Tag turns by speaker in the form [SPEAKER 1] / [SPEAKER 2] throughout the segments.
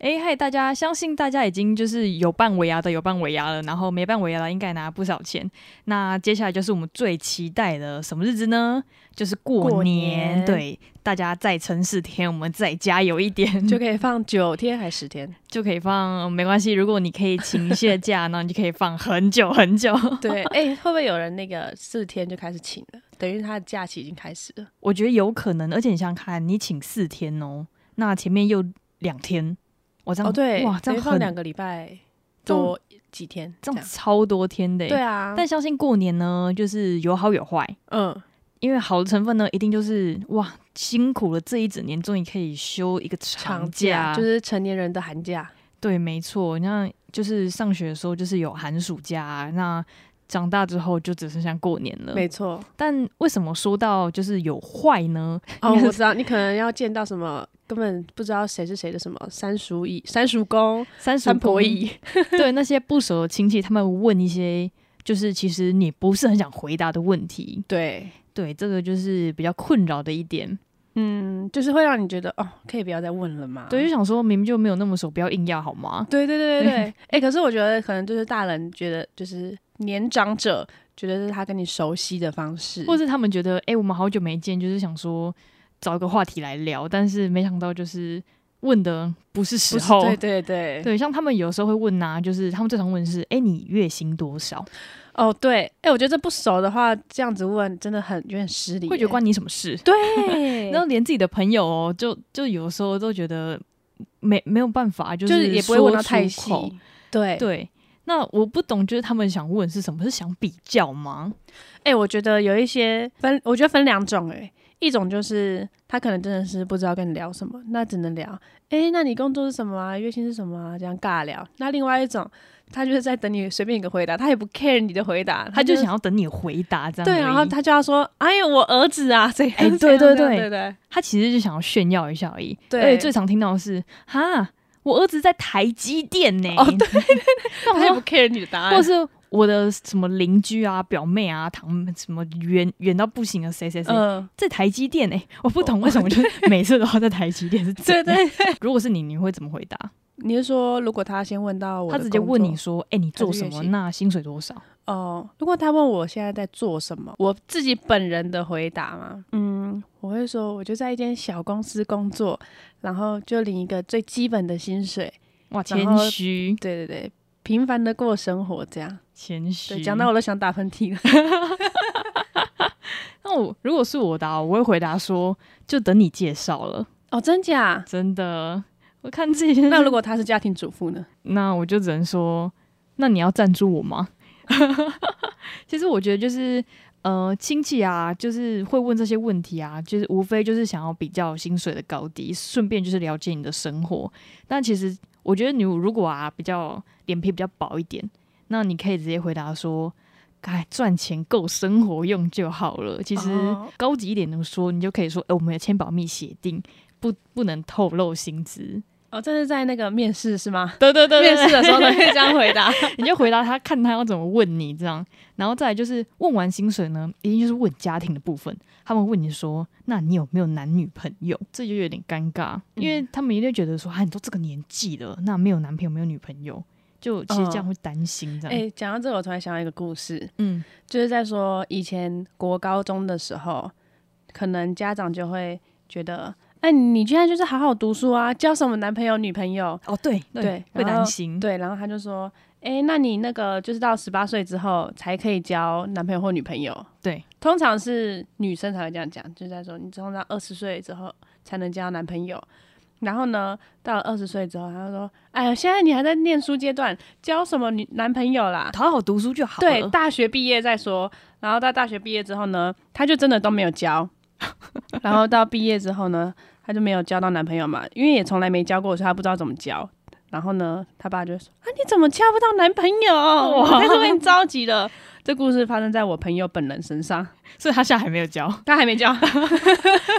[SPEAKER 1] 哎嗨，大家相信大家已经就是有办尾牙的有办尾牙了，然后没办尾牙的应该拿不少钱。那接下来就是我们最期待的什么日子呢？就是过
[SPEAKER 2] 过年
[SPEAKER 1] 对，大家再撑四天，我们再加油一点，就
[SPEAKER 2] 就可以放九天还十天。
[SPEAKER 1] 就可以放。没关系，如果你可以请一些假，那你就可以放很久很久。
[SPEAKER 2] 对，哎、会不会有人那个四天就开始请了？等于他的假期已经开始了。
[SPEAKER 1] 我觉得有可能，而且你想想看，你请四天哦，那前面又两天，我这样
[SPEAKER 2] 哦，对，
[SPEAKER 1] 哇，这
[SPEAKER 2] 等于
[SPEAKER 1] 样
[SPEAKER 2] 放
[SPEAKER 1] 很
[SPEAKER 2] 两个礼拜
[SPEAKER 1] 这样
[SPEAKER 2] 多几天，
[SPEAKER 1] 这样
[SPEAKER 2] 这样。
[SPEAKER 1] 超多天的耶。欸
[SPEAKER 2] 对啊，
[SPEAKER 1] 但相信过年呢，就是有好有坏，
[SPEAKER 2] 嗯，
[SPEAKER 1] 因为好的成分呢，一定就是哇，辛苦了这一整年，终于可以休一个
[SPEAKER 2] 长
[SPEAKER 1] 假，
[SPEAKER 2] 假就是成年人的寒假。
[SPEAKER 1] 对，没错。那就是上学的时候就是有寒暑假啊、那长大之后就只剩下过年了。
[SPEAKER 2] 没错，
[SPEAKER 1] 但为什么说到就是有坏呢？
[SPEAKER 2] 哦，
[SPEAKER 1] 应该
[SPEAKER 2] 我知道，你可能要见到什么根本不知道谁是谁的什么三叔姨、三叔公、嗯
[SPEAKER 1] 三叔
[SPEAKER 2] 三婆
[SPEAKER 1] 公
[SPEAKER 2] 姨，
[SPEAKER 1] 对那些不熟的亲戚，他们问一些就是其实你不是很想回答的问题，
[SPEAKER 2] 对，
[SPEAKER 1] 对，这个就是比较困扰的一点。
[SPEAKER 2] 嗯，就是会让你觉得哦，可以不要再问了嘛。
[SPEAKER 1] 对，就想说明明就没有那么熟，不要硬要好吗？
[SPEAKER 2] 对对对对对，
[SPEAKER 1] 嗯
[SPEAKER 2] 哎、可是我觉得可能就是大人觉得就是年长者觉得是他跟你熟悉的方式，
[SPEAKER 1] 或是他们觉得，哎、我们好久没见，就是想说找一个话题来聊，但是没想到就是问的不是时
[SPEAKER 2] 不是
[SPEAKER 1] 候。
[SPEAKER 2] 对对对，
[SPEAKER 1] 对像他们有时候会问呐、就是他们最常问的是，哎、你月薪多少？
[SPEAKER 2] 哦对，哎、我觉得这不熟的话这样子问真的很有点失礼耶，
[SPEAKER 1] 会觉得关你什么事？
[SPEAKER 2] 对，
[SPEAKER 1] 然后连自己的朋友哦，就就有时候都觉得没没有办法，就
[SPEAKER 2] 就是是也不会问
[SPEAKER 1] 说
[SPEAKER 2] 到太
[SPEAKER 1] 出
[SPEAKER 2] 细
[SPEAKER 1] 口，
[SPEAKER 2] 对
[SPEAKER 1] 对，那我不懂，就是他们想问是什么？是想比较吗？
[SPEAKER 2] 哎、我觉得有一些分，我觉得分两种、欸，一种就是他可能真的是不知道跟你聊什么，那只能聊，哎、那你工作是什么啊？月薪是什么啊？这样尬聊。那另外一种，他就是在等你随便一个回答，他也不 care 你的回答，
[SPEAKER 1] 他就
[SPEAKER 2] 就
[SPEAKER 1] 想要等你回答这样而已。
[SPEAKER 2] 对，然后他就要说，哎呀，我儿子啊，这样，
[SPEAKER 1] 哎
[SPEAKER 2] 这
[SPEAKER 1] 对
[SPEAKER 2] 样
[SPEAKER 1] 对
[SPEAKER 2] 这样
[SPEAKER 1] 对
[SPEAKER 2] 对对，
[SPEAKER 1] 他其实就想要炫耀一下而已。
[SPEAKER 2] 对
[SPEAKER 1] 而且最常听到的是哈，我儿子在台积电呢、
[SPEAKER 2] 哦对，
[SPEAKER 1] 那
[SPEAKER 2] 他也
[SPEAKER 1] 我
[SPEAKER 2] 不
[SPEAKER 1] 说，
[SPEAKER 2] care 你的答
[SPEAKER 1] 或
[SPEAKER 2] 案，
[SPEAKER 1] 是我的什么邻居啊、表妹啊、堂什么远远到不行的谁谁谁。
[SPEAKER 2] 嗯，
[SPEAKER 1] 在台积电哎、我不懂为什么就是 每次都要在台积电是这
[SPEAKER 2] 哦对
[SPEAKER 1] 样。
[SPEAKER 2] 对。
[SPEAKER 1] 如果是你，你会怎么回答？
[SPEAKER 2] 你是说，如果他先问到我
[SPEAKER 1] 他
[SPEAKER 2] 的工作，
[SPEAKER 1] 直接问你说：“哎、你做
[SPEAKER 2] 他是
[SPEAKER 1] 什
[SPEAKER 2] 月
[SPEAKER 1] 么？
[SPEAKER 2] 薪
[SPEAKER 1] 那薪水多少
[SPEAKER 2] 哦，如果他问我现在在做什么，我自己本人的回答嘛，嗯，我会说我就在一间小公司工作，然后就领一个最基本的薪水，？”
[SPEAKER 1] 哇，谦
[SPEAKER 2] 然后
[SPEAKER 1] 虚，
[SPEAKER 2] 对对对，平凡的过生活这样。
[SPEAKER 1] 谦虚。
[SPEAKER 2] 对，讲到我都想打喷嚏了。
[SPEAKER 1] 那我如果是我答，我会回答说，就等你介绍了，
[SPEAKER 2] 哦，真假？
[SPEAKER 1] 真的。我看这些，
[SPEAKER 2] 那如果他是家庭主妇呢？
[SPEAKER 1] 那我就只能说，那你要赞助我吗？ 其实我觉得就是，呃，亲戚啊，就是会问这些问题啊，就是无非就是想要比较薪水的高低，顺便就是了解你的生活。但其实我觉得你如果啊比较脸皮比较薄一点，那你可以直接回答说。哎，赚钱够生活用就好了。其实
[SPEAKER 2] 哦
[SPEAKER 1] 高级一点的说，你就可以说，哎、我们有签保密协定，不不能透露薪资。
[SPEAKER 2] 哦，这是在那个面试是吗？
[SPEAKER 1] 对对对对
[SPEAKER 2] 面
[SPEAKER 1] 对
[SPEAKER 2] 试的时候都会这样回 答。
[SPEAKER 1] 你就回答他，看他要怎么问你这样，然后再来就是问完薪水呢，一定就是问家庭的部分。他们问你说，那你有没有男女朋友？这就有点尴尬，因
[SPEAKER 2] 嗯
[SPEAKER 1] 为他们一定觉得说，啊，你都这个年纪了，那没有男朋友，没有女朋友，就其实这样
[SPEAKER 2] 嗯
[SPEAKER 1] 会担心这样。
[SPEAKER 2] 哎、讲到这个，我突然想到一个故事。
[SPEAKER 1] 嗯，
[SPEAKER 2] 就是在说以前国高中的时候，可能家长就会觉得，哎，你现在就是好好读书啊，交什么男朋友女朋友？
[SPEAKER 1] 哦，对
[SPEAKER 2] 对
[SPEAKER 1] 会
[SPEAKER 2] 然
[SPEAKER 1] 担
[SPEAKER 2] 后
[SPEAKER 1] 心，
[SPEAKER 2] 对，然后他就说，哎，那你那个就是到十八岁之后才可以交男朋友或女朋友。
[SPEAKER 1] 对，
[SPEAKER 2] 通常是女生才会这样讲，就是在说你通常二十岁之后才能交男朋友。然后呢，到了二十岁之后，他就说：“哎呀，现在你还在念书阶段，交什么女男朋友啦？
[SPEAKER 1] 好好读书就 好
[SPEAKER 2] 对，
[SPEAKER 1] 了。
[SPEAKER 2] 大学毕业再说。然后到大学毕业之后呢，他就真的都没有交。 然后到毕业之后呢，他就没有交到男朋友嘛，因为也从来没交过，所以他不知道怎么交。然后呢，他爸就说：“啊，你怎么交不到男朋友？
[SPEAKER 1] 哇
[SPEAKER 2] 我在这边着急了。”这故事发生在我朋友本人 身上，
[SPEAKER 1] 所以他现在还没有 交，
[SPEAKER 2] 他还没交。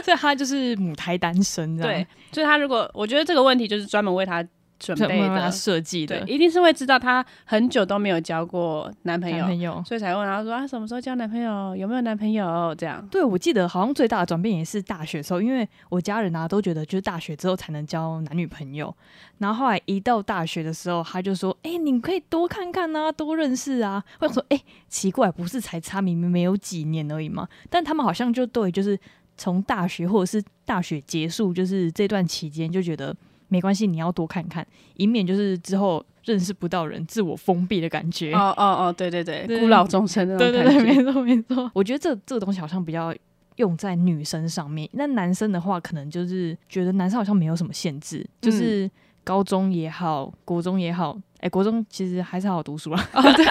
[SPEAKER 1] 所以他就是母胎单身这样。
[SPEAKER 2] 对，所以他如果我觉得这个问题就是专门为他准
[SPEAKER 1] 怎
[SPEAKER 2] 备
[SPEAKER 1] 么
[SPEAKER 2] 的，
[SPEAKER 1] 设计的
[SPEAKER 2] 对，一定是会知道她很久都没有交过男朋
[SPEAKER 1] 男
[SPEAKER 2] 友，
[SPEAKER 1] 朋友。
[SPEAKER 2] 所以才问她说啊什么时候交男朋友，有没有男朋友这样。
[SPEAKER 1] 对，我记得好像最大的转变也是大学的时候，因为我家人啊都觉得就是大学之后才能交男女朋友，然后后来一到大学的时候，他就说：“哎、你可以多看看啊，多认识啊。”我想说：“哎、奇怪，不是才差明明没有几年而已嘛？”但他们好像就对，就是从大学或者是大学结束，就是这段期间就觉得没关系，你要多看看，以免就是之后认识不到人，自我封闭的感觉。
[SPEAKER 2] 哦哦哦，对对对，
[SPEAKER 1] 对
[SPEAKER 2] 孤老终生那
[SPEAKER 1] 对
[SPEAKER 2] 种
[SPEAKER 1] 对
[SPEAKER 2] 感觉。
[SPEAKER 1] 对，没错没错。我觉得这这个东西好像比较用在女生上面，那男生的话，可能就是觉得男生好像没有什么限制，就是高中也好，国中也好，哎、国中其实还是好好读书啦。
[SPEAKER 2] 哦，对，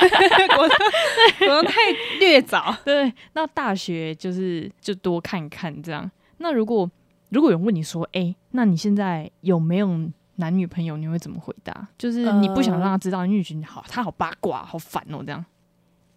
[SPEAKER 2] 国中国中太略早。
[SPEAKER 1] 对，那大学就是就多看看这样。那如果如果有人问你说，哎、那你现在有没有？男女朋友你会怎么回答？就是你不想让他知道，因为你觉得好，他好八卦，好烦哦，这样。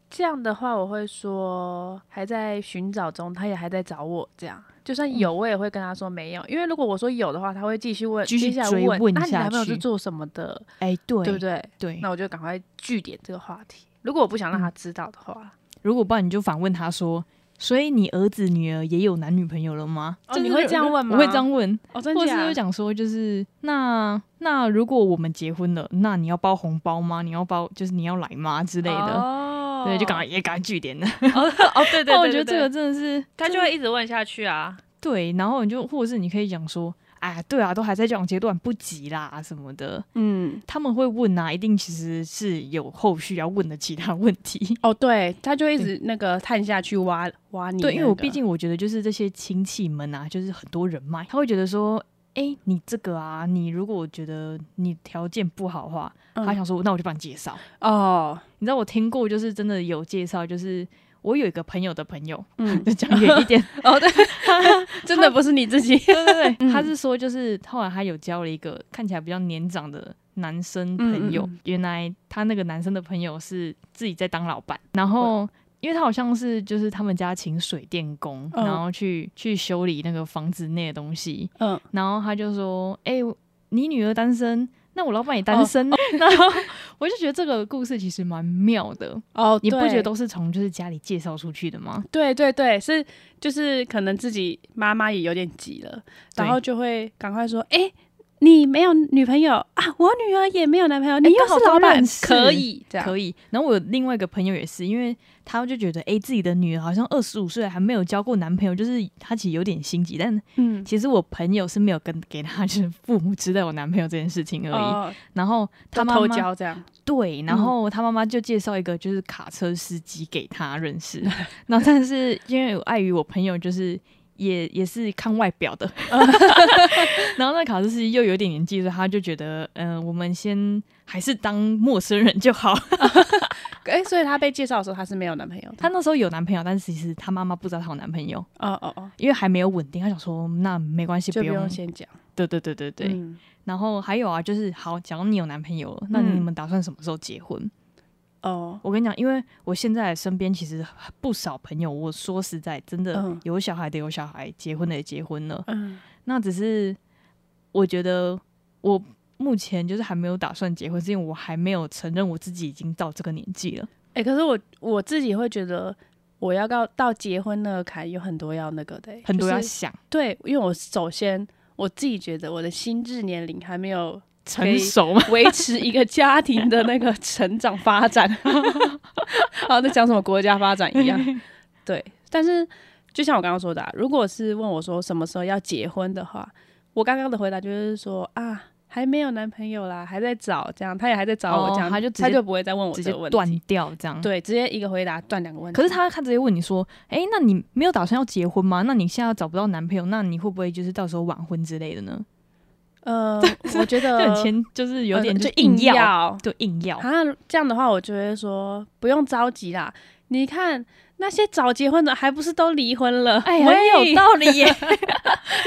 [SPEAKER 2] 这样的话，我会说还在寻找中，他也还在找我。这样，就
[SPEAKER 1] 嗯
[SPEAKER 2] 算有，我也会跟他说没有，因为如果我说有的话，他会继续问，
[SPEAKER 1] 继续
[SPEAKER 2] 接下来
[SPEAKER 1] 追问
[SPEAKER 2] 那、你
[SPEAKER 1] 下
[SPEAKER 2] 男朋友是
[SPEAKER 1] 去
[SPEAKER 2] 做什么的，
[SPEAKER 1] 哎、对，
[SPEAKER 2] 对不对？
[SPEAKER 1] 对
[SPEAKER 2] 那我就赶快据点这个话题。如果我不想
[SPEAKER 1] 嗯
[SPEAKER 2] 让他知道的话，
[SPEAKER 1] 如果不然，你就反问他说：“所以你儿子女儿也有男女朋友了吗？”
[SPEAKER 2] 哦
[SPEAKER 1] 就是
[SPEAKER 2] 你会这样问吗
[SPEAKER 1] 我会这样问，
[SPEAKER 2] 哦，真
[SPEAKER 1] 或
[SPEAKER 2] 的
[SPEAKER 1] 是会讲说，就是那那如果我们结婚了，那你要包红包吗？你要包就是你要来吗之类的？
[SPEAKER 2] 哦，
[SPEAKER 1] 对，就赶快也赶快据点 了。
[SPEAKER 2] 哦哦，对对对
[SPEAKER 1] 那我觉得这个
[SPEAKER 2] 对
[SPEAKER 1] 真的是
[SPEAKER 2] 他就会一直问下去啊。
[SPEAKER 1] 对，然后你就或者是你可以讲说：“哎，对啊，都还在交往阶段，不急啦什么的。”
[SPEAKER 2] 嗯，
[SPEAKER 1] 他们会问啊，一定其实是有后续要问的其他问题。
[SPEAKER 2] 哦，对，他就一直那个探下去挖挖你那个、
[SPEAKER 1] 对，因为我毕竟我觉得就是这些亲戚们啊，就是很多人脉，他会觉得说，哎、你这个啊，你如果觉得你条件不好的话，
[SPEAKER 2] 嗯
[SPEAKER 1] 他想说，那我就帮你介绍。
[SPEAKER 2] 哦，
[SPEAKER 1] 你知道我听过，就是真的有介绍，就是我有一个朋友的朋友，
[SPEAKER 2] 嗯，
[SPEAKER 1] 就讲远一点，
[SPEAKER 2] 哦，对， 真的不是你自己。
[SPEAKER 1] 对对
[SPEAKER 2] 嗯
[SPEAKER 1] 对，他是说就是后来他有交了一个看起来比较年长的。男生朋友，
[SPEAKER 2] 嗯嗯
[SPEAKER 1] 原来他那个男生的朋友是自己在当老板，然后因为他好像是就是他们家请水电工，
[SPEAKER 2] 嗯
[SPEAKER 1] 然后去去修理那个房子内的东西，
[SPEAKER 2] 嗯，
[SPEAKER 1] 然后他就说：“哎、你女儿单身，那我老板也
[SPEAKER 2] 哦
[SPEAKER 1] 单身。 然后我就觉得这个故事其实蛮妙的，
[SPEAKER 2] 哦，
[SPEAKER 1] 你不
[SPEAKER 2] 对
[SPEAKER 1] 觉得都是从就是家里介绍出去的吗？
[SPEAKER 2] 对对对，是就是可能自己妈妈也有点急了，
[SPEAKER 1] 对
[SPEAKER 2] 然后就会赶快说，哎、你没有女朋友啊？我女儿也没有男朋友，你又
[SPEAKER 1] 刚好
[SPEAKER 2] 是老
[SPEAKER 1] 都
[SPEAKER 2] 板
[SPEAKER 1] 认，识
[SPEAKER 2] 可以这样
[SPEAKER 1] 可以。然后我有另外一个朋友也是，因为他就觉得，哎、自己的女儿好像二十五岁还没有交过男朋友，就是他其实有点心急。但
[SPEAKER 2] 嗯，
[SPEAKER 1] 其实我朋友是没有跟给他就是父母知道有男朋友这件事情而已。
[SPEAKER 2] 哦，
[SPEAKER 1] 然后
[SPEAKER 2] 他
[SPEAKER 1] 他妈
[SPEAKER 2] 偷
[SPEAKER 1] 妈
[SPEAKER 2] 交这样，
[SPEAKER 1] 对，然
[SPEAKER 2] 嗯
[SPEAKER 1] 后他妈妈就介绍一个就是卡车司机给他认 识，然后但是因为我碍于我朋友就是也也是看外表 的，然后那卡车司机又有点年纪，所以他就觉得嗯、呃我们先还是当陌生人就好。
[SPEAKER 2] 哎、所以她被介绍的时候，她是没有男朋友的，
[SPEAKER 1] 她那时候有男朋友，但是其实她妈妈不知道她有男朋友，
[SPEAKER 2] 哦哦哦，
[SPEAKER 1] 因为还没有稳定，她想说那没关系，
[SPEAKER 2] 就
[SPEAKER 1] 不
[SPEAKER 2] 不
[SPEAKER 1] 用
[SPEAKER 2] 用先讲，
[SPEAKER 1] 对对对对对。
[SPEAKER 2] 嗯
[SPEAKER 1] 然后还有啊，就是好，假如你有男朋友了，那你
[SPEAKER 2] 嗯
[SPEAKER 1] 们打算什么时候结婚？
[SPEAKER 2] 哦，
[SPEAKER 1] 我跟你讲，因为我现在身边其实不少朋友，我说实在，真的
[SPEAKER 2] 嗯
[SPEAKER 1] 有小孩的有小孩，结婚的也结婚了。
[SPEAKER 2] 嗯，
[SPEAKER 1] 那只是我觉得我目前就是还没有打算结婚，是因为我还没有承认我自己已经到这个年纪了。
[SPEAKER 2] 哎、可是我我自己会觉得。我要到到结婚那个坎有很多要那个的、欸
[SPEAKER 1] 很多
[SPEAKER 2] 就是
[SPEAKER 1] 要想
[SPEAKER 2] 对，因为我首先我自己觉得我的心智年龄还没有
[SPEAKER 1] 成熟嘛，
[SPEAKER 2] 维持一个家庭的那个成长发展， 好，在讲什么国家发展一样。 对，但是就像我刚刚说的、啊，如果是问我说什么时候要结婚的话，我刚刚的回答就是说啊，还没有男朋友啦，还在找，这样他也还在找我，
[SPEAKER 1] 哦
[SPEAKER 2] 这样、
[SPEAKER 1] 他就直接
[SPEAKER 2] 他就不会再问我
[SPEAKER 1] 直
[SPEAKER 2] 这
[SPEAKER 1] 接
[SPEAKER 2] 个问
[SPEAKER 1] 断
[SPEAKER 2] 题。
[SPEAKER 1] 掉这样。。
[SPEAKER 2] 对，直接一个回答断两个问题。
[SPEAKER 1] 嗯可是他他直接问你说：“哎、那你没有打算要结婚吗？那你现在找不到男朋友，那你会不会就是到时候晚婚之类的呢
[SPEAKER 2] 呃，我
[SPEAKER 1] 就
[SPEAKER 2] 觉？”得
[SPEAKER 1] 很前就是有点
[SPEAKER 2] 呃就
[SPEAKER 1] 就硬要，
[SPEAKER 2] 要
[SPEAKER 1] 就硬要。
[SPEAKER 2] 啊，这样的话，我就会说不用着急啦。你看那些早结婚的，还不是都离婚了？
[SPEAKER 1] 哎，很
[SPEAKER 2] 喂
[SPEAKER 1] 有道理 耶。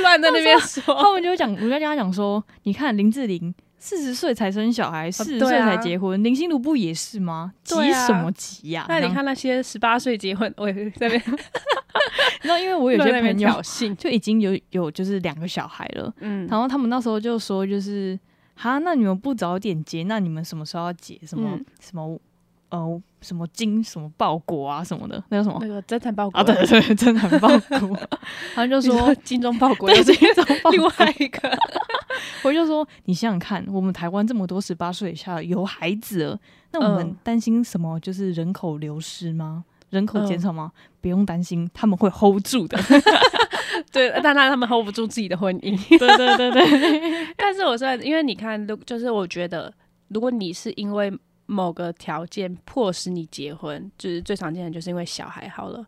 [SPEAKER 2] 乱在那边说。
[SPEAKER 1] 他们就会讲，我就跟他讲说，你看林志玲四十岁才生小孩，四十岁
[SPEAKER 2] 对啊
[SPEAKER 1] 才结婚，林心如不也是吗？急
[SPEAKER 2] 对啊
[SPEAKER 1] 什么急呀、
[SPEAKER 2] 那你
[SPEAKER 1] 然后，
[SPEAKER 2] 看那些十八岁结婚，我也 在那边
[SPEAKER 1] 那因为我有
[SPEAKER 2] 乱
[SPEAKER 1] 些
[SPEAKER 2] 在那边
[SPEAKER 1] 朋友
[SPEAKER 2] 挑衅。
[SPEAKER 1] 就已经有有就是两个小孩了，
[SPEAKER 2] 嗯，
[SPEAKER 1] 然后他们那时候就说，就是哈，那你们不早点结，那你们什么时候要结？什么、
[SPEAKER 2] 嗯
[SPEAKER 1] 什么呃什么金什么报国啊什么的，那叫什么？
[SPEAKER 2] 那个侦探报国
[SPEAKER 1] 啊，对对对，真的很报 国。他就
[SPEAKER 2] 就
[SPEAKER 1] 说
[SPEAKER 2] 说，精忠报国
[SPEAKER 1] 对，
[SPEAKER 2] 又是
[SPEAKER 1] 是一种报
[SPEAKER 2] 另
[SPEAKER 1] 国。
[SPEAKER 2] 外一个，
[SPEAKER 1] 我就说，你想想看，我们台湾这么多十八岁以下有孩子了，那我们
[SPEAKER 2] 嗯
[SPEAKER 1] 担心什么？就是人口流失吗？人口减
[SPEAKER 2] 嗯
[SPEAKER 1] 少吗？不用担心，他们会 hold 住 的。
[SPEAKER 2] 对，但他他们 hold 不住自己的婚姻。
[SPEAKER 1] 对对对对，
[SPEAKER 2] 但是我说，因为你看，如就是我觉得，如果你是因为某个条件迫使你结婚，就是最常见的就是因为小孩好了。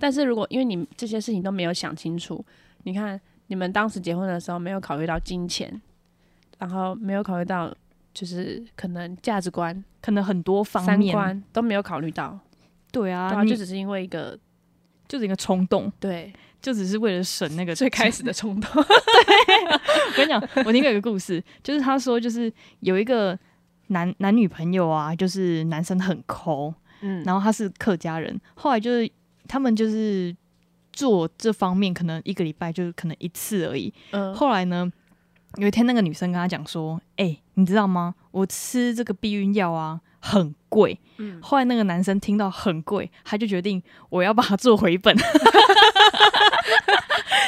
[SPEAKER 2] 但是如果因为你这些事情都没有想清楚，你看你们当时结婚的时候没有考虑到金钱，然后没有考虑到就是可能价值观、
[SPEAKER 1] 可能很多方
[SPEAKER 2] 三
[SPEAKER 1] 面，
[SPEAKER 2] 观都没有考虑到，
[SPEAKER 1] 对
[SPEAKER 2] 然
[SPEAKER 1] 啊，
[SPEAKER 2] 后
[SPEAKER 1] 你
[SPEAKER 2] 就只是因为一个
[SPEAKER 1] 就是一个冲动，
[SPEAKER 2] 对
[SPEAKER 1] 就只是为了省那个
[SPEAKER 2] 最开
[SPEAKER 1] 钱
[SPEAKER 2] 始的冲动，
[SPEAKER 1] 我跟你讲，我听过一个故事，就是他说，就是有一个男男女朋友啊，就是男生很抠，
[SPEAKER 2] 嗯
[SPEAKER 1] 然后他是客家人，后来就是他们就是做这方面，可能一个礼拜就是可能一次而已。
[SPEAKER 2] 嗯
[SPEAKER 1] 后来呢，有一天那个女生跟他讲说：“哎、你知道吗？我吃这个避孕药啊，很贵。”
[SPEAKER 2] 嗯
[SPEAKER 1] 后来那个男生听到很贵，他就决定我要把它做回 本。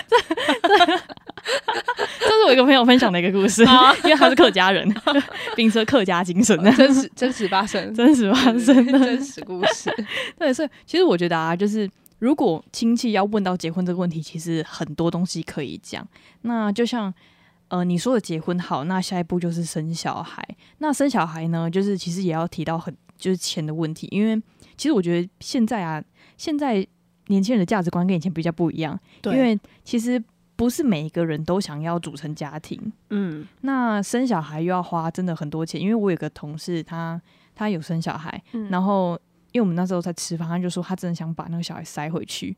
[SPEAKER 1] 这这这是我一个朋友分享的一个故事，
[SPEAKER 2] 好
[SPEAKER 1] 因为他是客家人， 秉持客家精神的，
[SPEAKER 2] 啊哦真实真实发 生，
[SPEAKER 1] 真实发生
[SPEAKER 2] 对对对
[SPEAKER 1] 的。
[SPEAKER 2] 真实故 事，
[SPEAKER 1] 对，所以其实我觉得啊，就是如果亲戚要问到结婚这个问题，其实很多东西可以讲。那就像呃你说的结婚好，那下一步就是生小孩。那生小孩呢，就是其实也要提到很就是钱的问题，因为其实我觉得现在啊，现在年轻人的价值观跟以前比较不一样，因
[SPEAKER 2] 对
[SPEAKER 1] 为其实不是每一个人都想要组成家庭。
[SPEAKER 2] 嗯
[SPEAKER 1] 那生小孩又要花真的很多钱，因为我有个同事他他有生小孩，
[SPEAKER 2] 嗯
[SPEAKER 1] 然后因为我们那时候在吃饭，他就说他真的想把那个小孩塞回 去。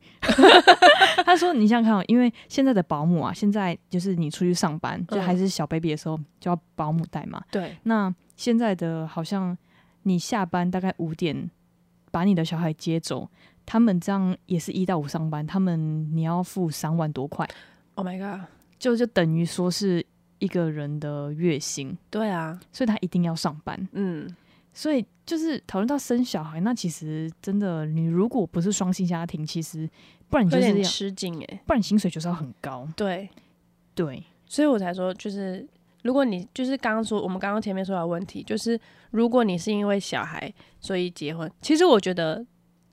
[SPEAKER 1] 他说你想想看、哦，因为现在的保姆啊，现在就是你出去上班，就
[SPEAKER 2] 嗯
[SPEAKER 1] 还是小 baby 的时候就要保姆带嘛。
[SPEAKER 2] 对。
[SPEAKER 1] 那现在的好像你下班大概五点把你的小孩接走，他们这样也是一到五上班，他们你要付三万多块，
[SPEAKER 2] Oh my god！
[SPEAKER 1] 就就等于说是一个人的月薪。
[SPEAKER 2] 对啊，
[SPEAKER 1] 所以他一定要上班。
[SPEAKER 2] 嗯，
[SPEAKER 1] 所以就是讨论到生小孩，那其实真的，你如果不是双薪家庭，其实不然你
[SPEAKER 2] 有
[SPEAKER 1] 就是
[SPEAKER 2] 点
[SPEAKER 1] 要，
[SPEAKER 2] 吃惊哎。
[SPEAKER 1] 不然你薪水就是要很高。
[SPEAKER 2] 对，
[SPEAKER 1] 对，
[SPEAKER 2] 所以我才说，就是如果你就是刚刚说，我们刚刚前面说到的问题，就是如果你是因为小孩所以结婚，其实我觉得，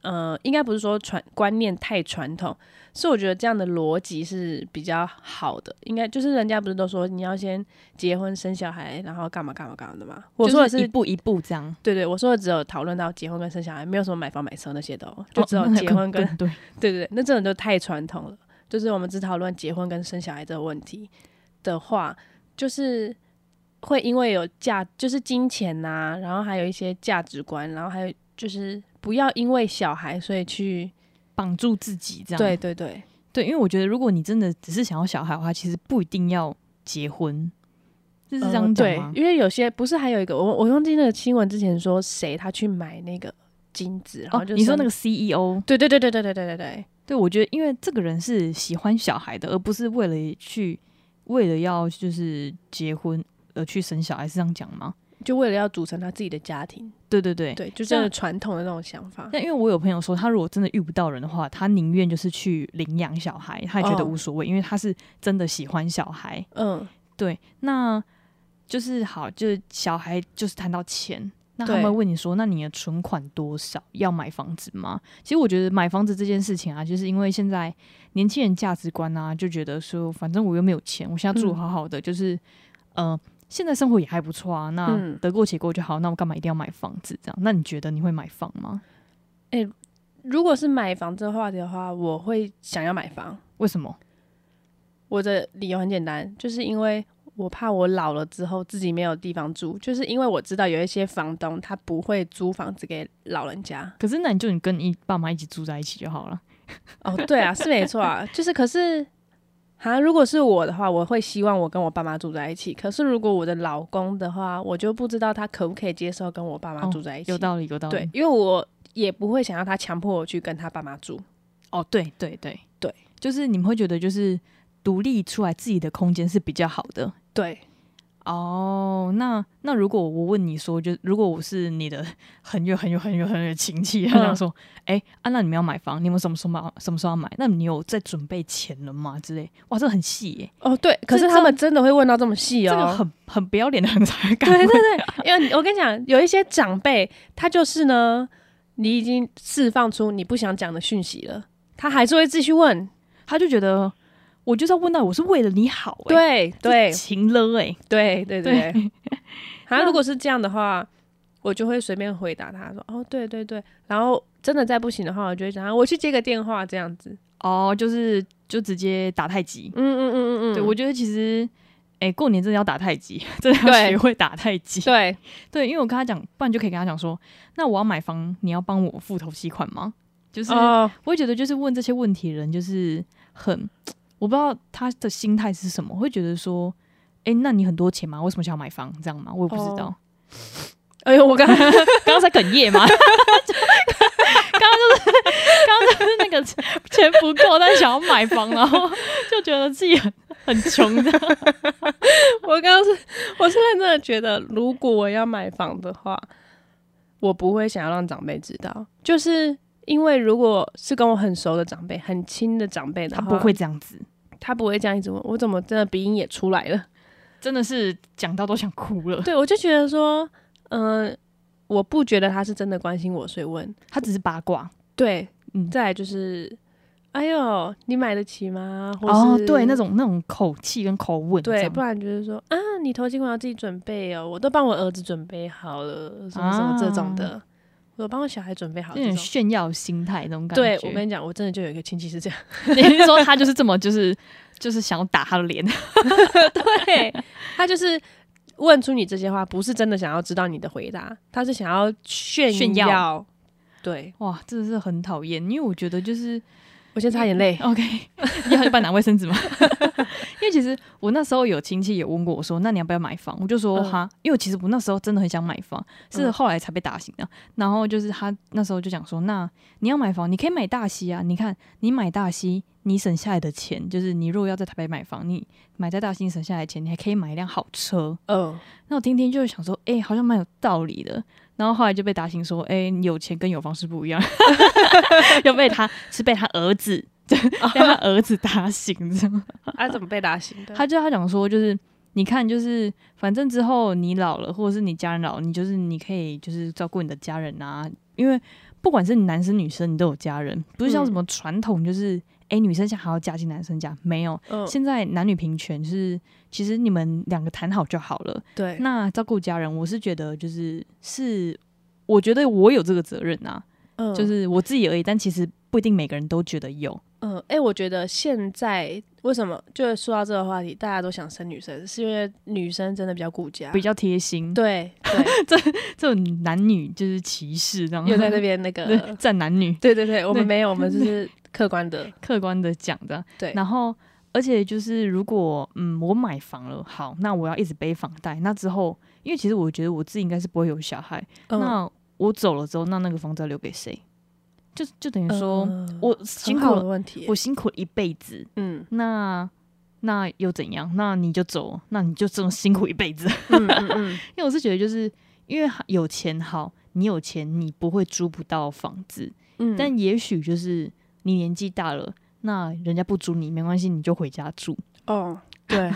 [SPEAKER 2] 呃，应该不是说传观念太传统，是我觉得这样的逻辑是比较好的。应该就是人家不是都说你要先结婚生小孩，然后干嘛干嘛干嘛的吗？我说的
[SPEAKER 1] 就是
[SPEAKER 2] 是
[SPEAKER 1] 一步一步这样，
[SPEAKER 2] 对对，我说的只有讨论到结婚跟生小孩，没有什么买房买车那些的、哦，就只有
[SPEAKER 1] 哦那
[SPEAKER 2] 结婚跟
[SPEAKER 1] 更对，
[SPEAKER 2] 对对对，那真的就太传统了。就是我们只讨论结婚跟生小孩这个问题的话，就是会因为有价，就是金钱呐、然后还有一些价值观，然后还有就是不要因为小孩所以去
[SPEAKER 1] 绑住自己这样。
[SPEAKER 2] 对对对
[SPEAKER 1] 对，因为我觉得如果你真的只是想要小孩的话，其实不一定要结婚，就是这样讲
[SPEAKER 2] 嗯对
[SPEAKER 1] 吗，？
[SPEAKER 2] 因为有些不是还有一个我我忘记那个新闻之前说谁他去买那个金子，然后
[SPEAKER 1] 哦，
[SPEAKER 2] 就、
[SPEAKER 1] 你说那个。CEO，
[SPEAKER 2] 对对对对对对对对对，
[SPEAKER 1] 对我觉得，因为这个人是喜欢小孩的，而不是为了去为了要就是结婚而去生小孩，是这样讲吗？
[SPEAKER 2] 就为了要组成他自己的家庭，
[SPEAKER 1] 对对对，
[SPEAKER 2] 对，就啊
[SPEAKER 1] 这
[SPEAKER 2] 真
[SPEAKER 1] 样
[SPEAKER 2] 的传统的那种想法。
[SPEAKER 1] 但因为我有朋友说，他如果真的遇不到人的话，他宁愿就是去领养小孩，他也觉得
[SPEAKER 2] 哦
[SPEAKER 1] 无所谓，因为他是真的喜欢小孩。
[SPEAKER 2] 嗯，
[SPEAKER 1] 对，那就是好，就是小孩就是谈到钱，那他
[SPEAKER 2] 对
[SPEAKER 1] 们会问你说，那你的存款多少？要买房子吗？其实我觉得买房子这件事情啊，就是因为现在年轻人价值观啊，就觉得说，反正我又没有钱，我现在住得
[SPEAKER 2] 嗯
[SPEAKER 1] 好好的，就是呃。现在生活也还不错啊，那
[SPEAKER 2] 嗯
[SPEAKER 1] 得过且过就好。那我干嘛一定要买房子？这样，那你觉得你会买房吗？
[SPEAKER 2] 如果是买房这个话题的话，我会想要买房。
[SPEAKER 1] 为什么？
[SPEAKER 2] 我的理由很简单，就是因为我怕我老了之后自己没有地方住，就是因为我知道有一些房东他不会租房子给老人家。
[SPEAKER 1] 可是那你就你跟你爸妈一起住在一起就好了。
[SPEAKER 2] 哦，对啊，是没错啊，就是可是。啊，如果是我的话，我会希望我跟我爸妈住在一起。可是如果我的老公的话，我就不知道他可不可以接受跟我爸妈
[SPEAKER 1] 哦
[SPEAKER 2] 住在一起。
[SPEAKER 1] 有道理，有道理。
[SPEAKER 2] 对，，因为我也不会想要他强迫我去跟他爸妈住。
[SPEAKER 1] 哦，对对对
[SPEAKER 2] 对，
[SPEAKER 1] 就是你们会觉得就是独立出来自己的空间是比较好的
[SPEAKER 2] 对，
[SPEAKER 1] 哦，那那如果我问你说，就如果我是你的很远很远很远很远的亲戚，他想说，哎、啊，那你们要买房，你们什么时候买？什么时候要买？那你有在准备钱了吗？之类，哇，这很细耶、
[SPEAKER 2] 哦，对，可是
[SPEAKER 1] 这
[SPEAKER 2] 他们真的会问到这么细哦，
[SPEAKER 1] 这个很很不要脸的人才敢
[SPEAKER 2] 对
[SPEAKER 1] 问。
[SPEAKER 2] 对对，因为你我跟你讲，有一些长辈，他就是呢，你已经释放出你不想讲的讯息了，他还是会继续问。
[SPEAKER 1] 他就觉得我就是要问到，我是为了你好、欸，
[SPEAKER 2] 对 对
[SPEAKER 1] 情了哎、
[SPEAKER 2] 对对对，好像如果是这样的话，我就会随便回答他说：“哦，对对对。”然后真的再不行的话，我就会讲啊：“我去接个电话。”这样子。
[SPEAKER 1] 哦，就是就直接打太极。
[SPEAKER 2] 嗯嗯嗯嗯嗯，
[SPEAKER 1] 对我觉得其实，哎、过年真的要打太极， 真的要
[SPEAKER 2] 对
[SPEAKER 1] 学会打太极。
[SPEAKER 2] 对
[SPEAKER 1] 对，因为我跟他讲，不然就可以跟他讲说，那我要买房，你要帮我付头期款吗？就是、
[SPEAKER 2] 哦，
[SPEAKER 1] 我会觉得，就是问这些问题的人，就是很，我不知道他的心态是什么，会觉得说，哎、那你很多钱吗？为什么想要买房？这样吗？我也不
[SPEAKER 2] 哦
[SPEAKER 1] 知道，
[SPEAKER 2] 哎呦，我刚才
[SPEAKER 1] 刚刚才哽咽吗？就刚刚就是，刚刚就是那个钱不够，但想要买房，然后就觉得自己很很穷的。
[SPEAKER 2] 我刚刚是，我是认真的觉得，如果我要买房的话，我不会想要让长辈知道，就是因为如果是跟我很熟的长辈、很亲的长辈 的
[SPEAKER 1] 他
[SPEAKER 2] 话，
[SPEAKER 1] 不会，这样子，
[SPEAKER 2] 他不会这样一直问我，怎么真的鼻音也出来了？
[SPEAKER 1] 真的是讲到都想哭了。
[SPEAKER 2] 对，我就觉得说，嗯、我不觉得他是真的关心我，所以问。
[SPEAKER 1] 他只是八卦，
[SPEAKER 2] 对，
[SPEAKER 1] 嗯
[SPEAKER 2] 再来就是，哎呦，你买得起吗？或
[SPEAKER 1] 哦
[SPEAKER 2] 是，
[SPEAKER 1] 对，那种那种口气跟口吻这
[SPEAKER 2] 对，
[SPEAKER 1] 样，
[SPEAKER 2] 不然就是说啊，你头期款要自己准备哦，我都帮我儿子准备好了，什么什么这种的，我帮我小孩准备好
[SPEAKER 1] 啊有
[SPEAKER 2] 这
[SPEAKER 1] 点
[SPEAKER 2] 种。
[SPEAKER 1] 炫耀心态那种感
[SPEAKER 2] 对
[SPEAKER 1] 觉。
[SPEAKER 2] 我跟你讲，我真的就有一个亲戚 是这样，
[SPEAKER 1] 你是说他就是这么就是就是想要打他的脸？
[SPEAKER 2] 对他就是问出你这些话，不是真的想要知道你的回答，他是想要炫
[SPEAKER 1] 炫耀
[SPEAKER 2] 对
[SPEAKER 1] 哇，真的是很讨厌，因为我觉得就是，
[SPEAKER 2] 我先擦眼泪
[SPEAKER 1] OK，要 就帮你拿卫生纸吗？ 因为其实我那时候有亲戚也问过我说，那你要不要买房？我就说
[SPEAKER 2] 嗯
[SPEAKER 1] 哈，因为其实我那时候真的很想买房，是
[SPEAKER 2] 嗯
[SPEAKER 1] 后来才被打醒的。然后就是他那时候就讲说，那你要买房，你可以买大溪啊，你看你买大溪。你省下来的钱，就是你如果要在台北买房，你买在大溪你省下来的钱，你还可以买一辆好车。
[SPEAKER 2] 嗯，
[SPEAKER 1] 那我听听就想说，哎、好像蛮有道理的。然后后来就被打醒说，哎、你有钱跟有房是不一样， 又被他是被他儿子，被他儿子打醒，这样。
[SPEAKER 2] 啊，怎么被打醒的？
[SPEAKER 1] 他就他讲说，就是你看，就是反正之后你老了，或者是你家人老了，你就是你可以就是照顾你的家人啊，因为不管是你男生女生，你都有家人，不是像
[SPEAKER 2] 嗯
[SPEAKER 1] 什么传统就是，哎、女生家还要嫁进男生家，没有，
[SPEAKER 2] 嗯，
[SPEAKER 1] 现在男女平权是，其实你们两个谈好就好了。
[SPEAKER 2] 对，
[SPEAKER 1] 那照顾家人，我是觉得就是是，我觉得我有这个责任啊，
[SPEAKER 2] 嗯
[SPEAKER 1] 就是我自己而已，但其实不一定每个人都觉得有。
[SPEAKER 2] 嗯，哎、我觉得现在为什么就是说到这个话题，大家都想生女生，是因为女生真的比较顾家，
[SPEAKER 1] 比较贴心，，
[SPEAKER 2] 对对，
[SPEAKER 1] 这种男女就是歧视，这样
[SPEAKER 2] 又在那边那嗯
[SPEAKER 1] 对
[SPEAKER 2] 个，
[SPEAKER 1] 站男女，
[SPEAKER 2] 对对对，我
[SPEAKER 1] 对
[SPEAKER 2] 们没有，我 们就是客观的，
[SPEAKER 1] 客观的讲的。
[SPEAKER 2] 对
[SPEAKER 1] 然后而且就是如果嗯我买房了，好，那我要一直背房贷，那之后因为其实我觉得我自己应该是不会有小孩，
[SPEAKER 2] 嗯
[SPEAKER 1] 那我走了之后，那那个房子要留给谁？就就等于说、
[SPEAKER 2] 嗯
[SPEAKER 1] 我
[SPEAKER 2] 很
[SPEAKER 1] 辛苦
[SPEAKER 2] 好的
[SPEAKER 1] 了，
[SPEAKER 2] 问题
[SPEAKER 1] 我，辛苦了一辈子，
[SPEAKER 2] 嗯
[SPEAKER 1] 那那又怎样？那你就走，那你就这么辛苦一辈子。
[SPEAKER 2] 嗯嗯嗯，
[SPEAKER 1] 因为我是觉得，就是因为有钱好，你有钱你不会租不到房子，
[SPEAKER 2] 嗯
[SPEAKER 1] 但也许就是你年纪大了，那人家不租你没关系，你就回家住。
[SPEAKER 2] 哦 对，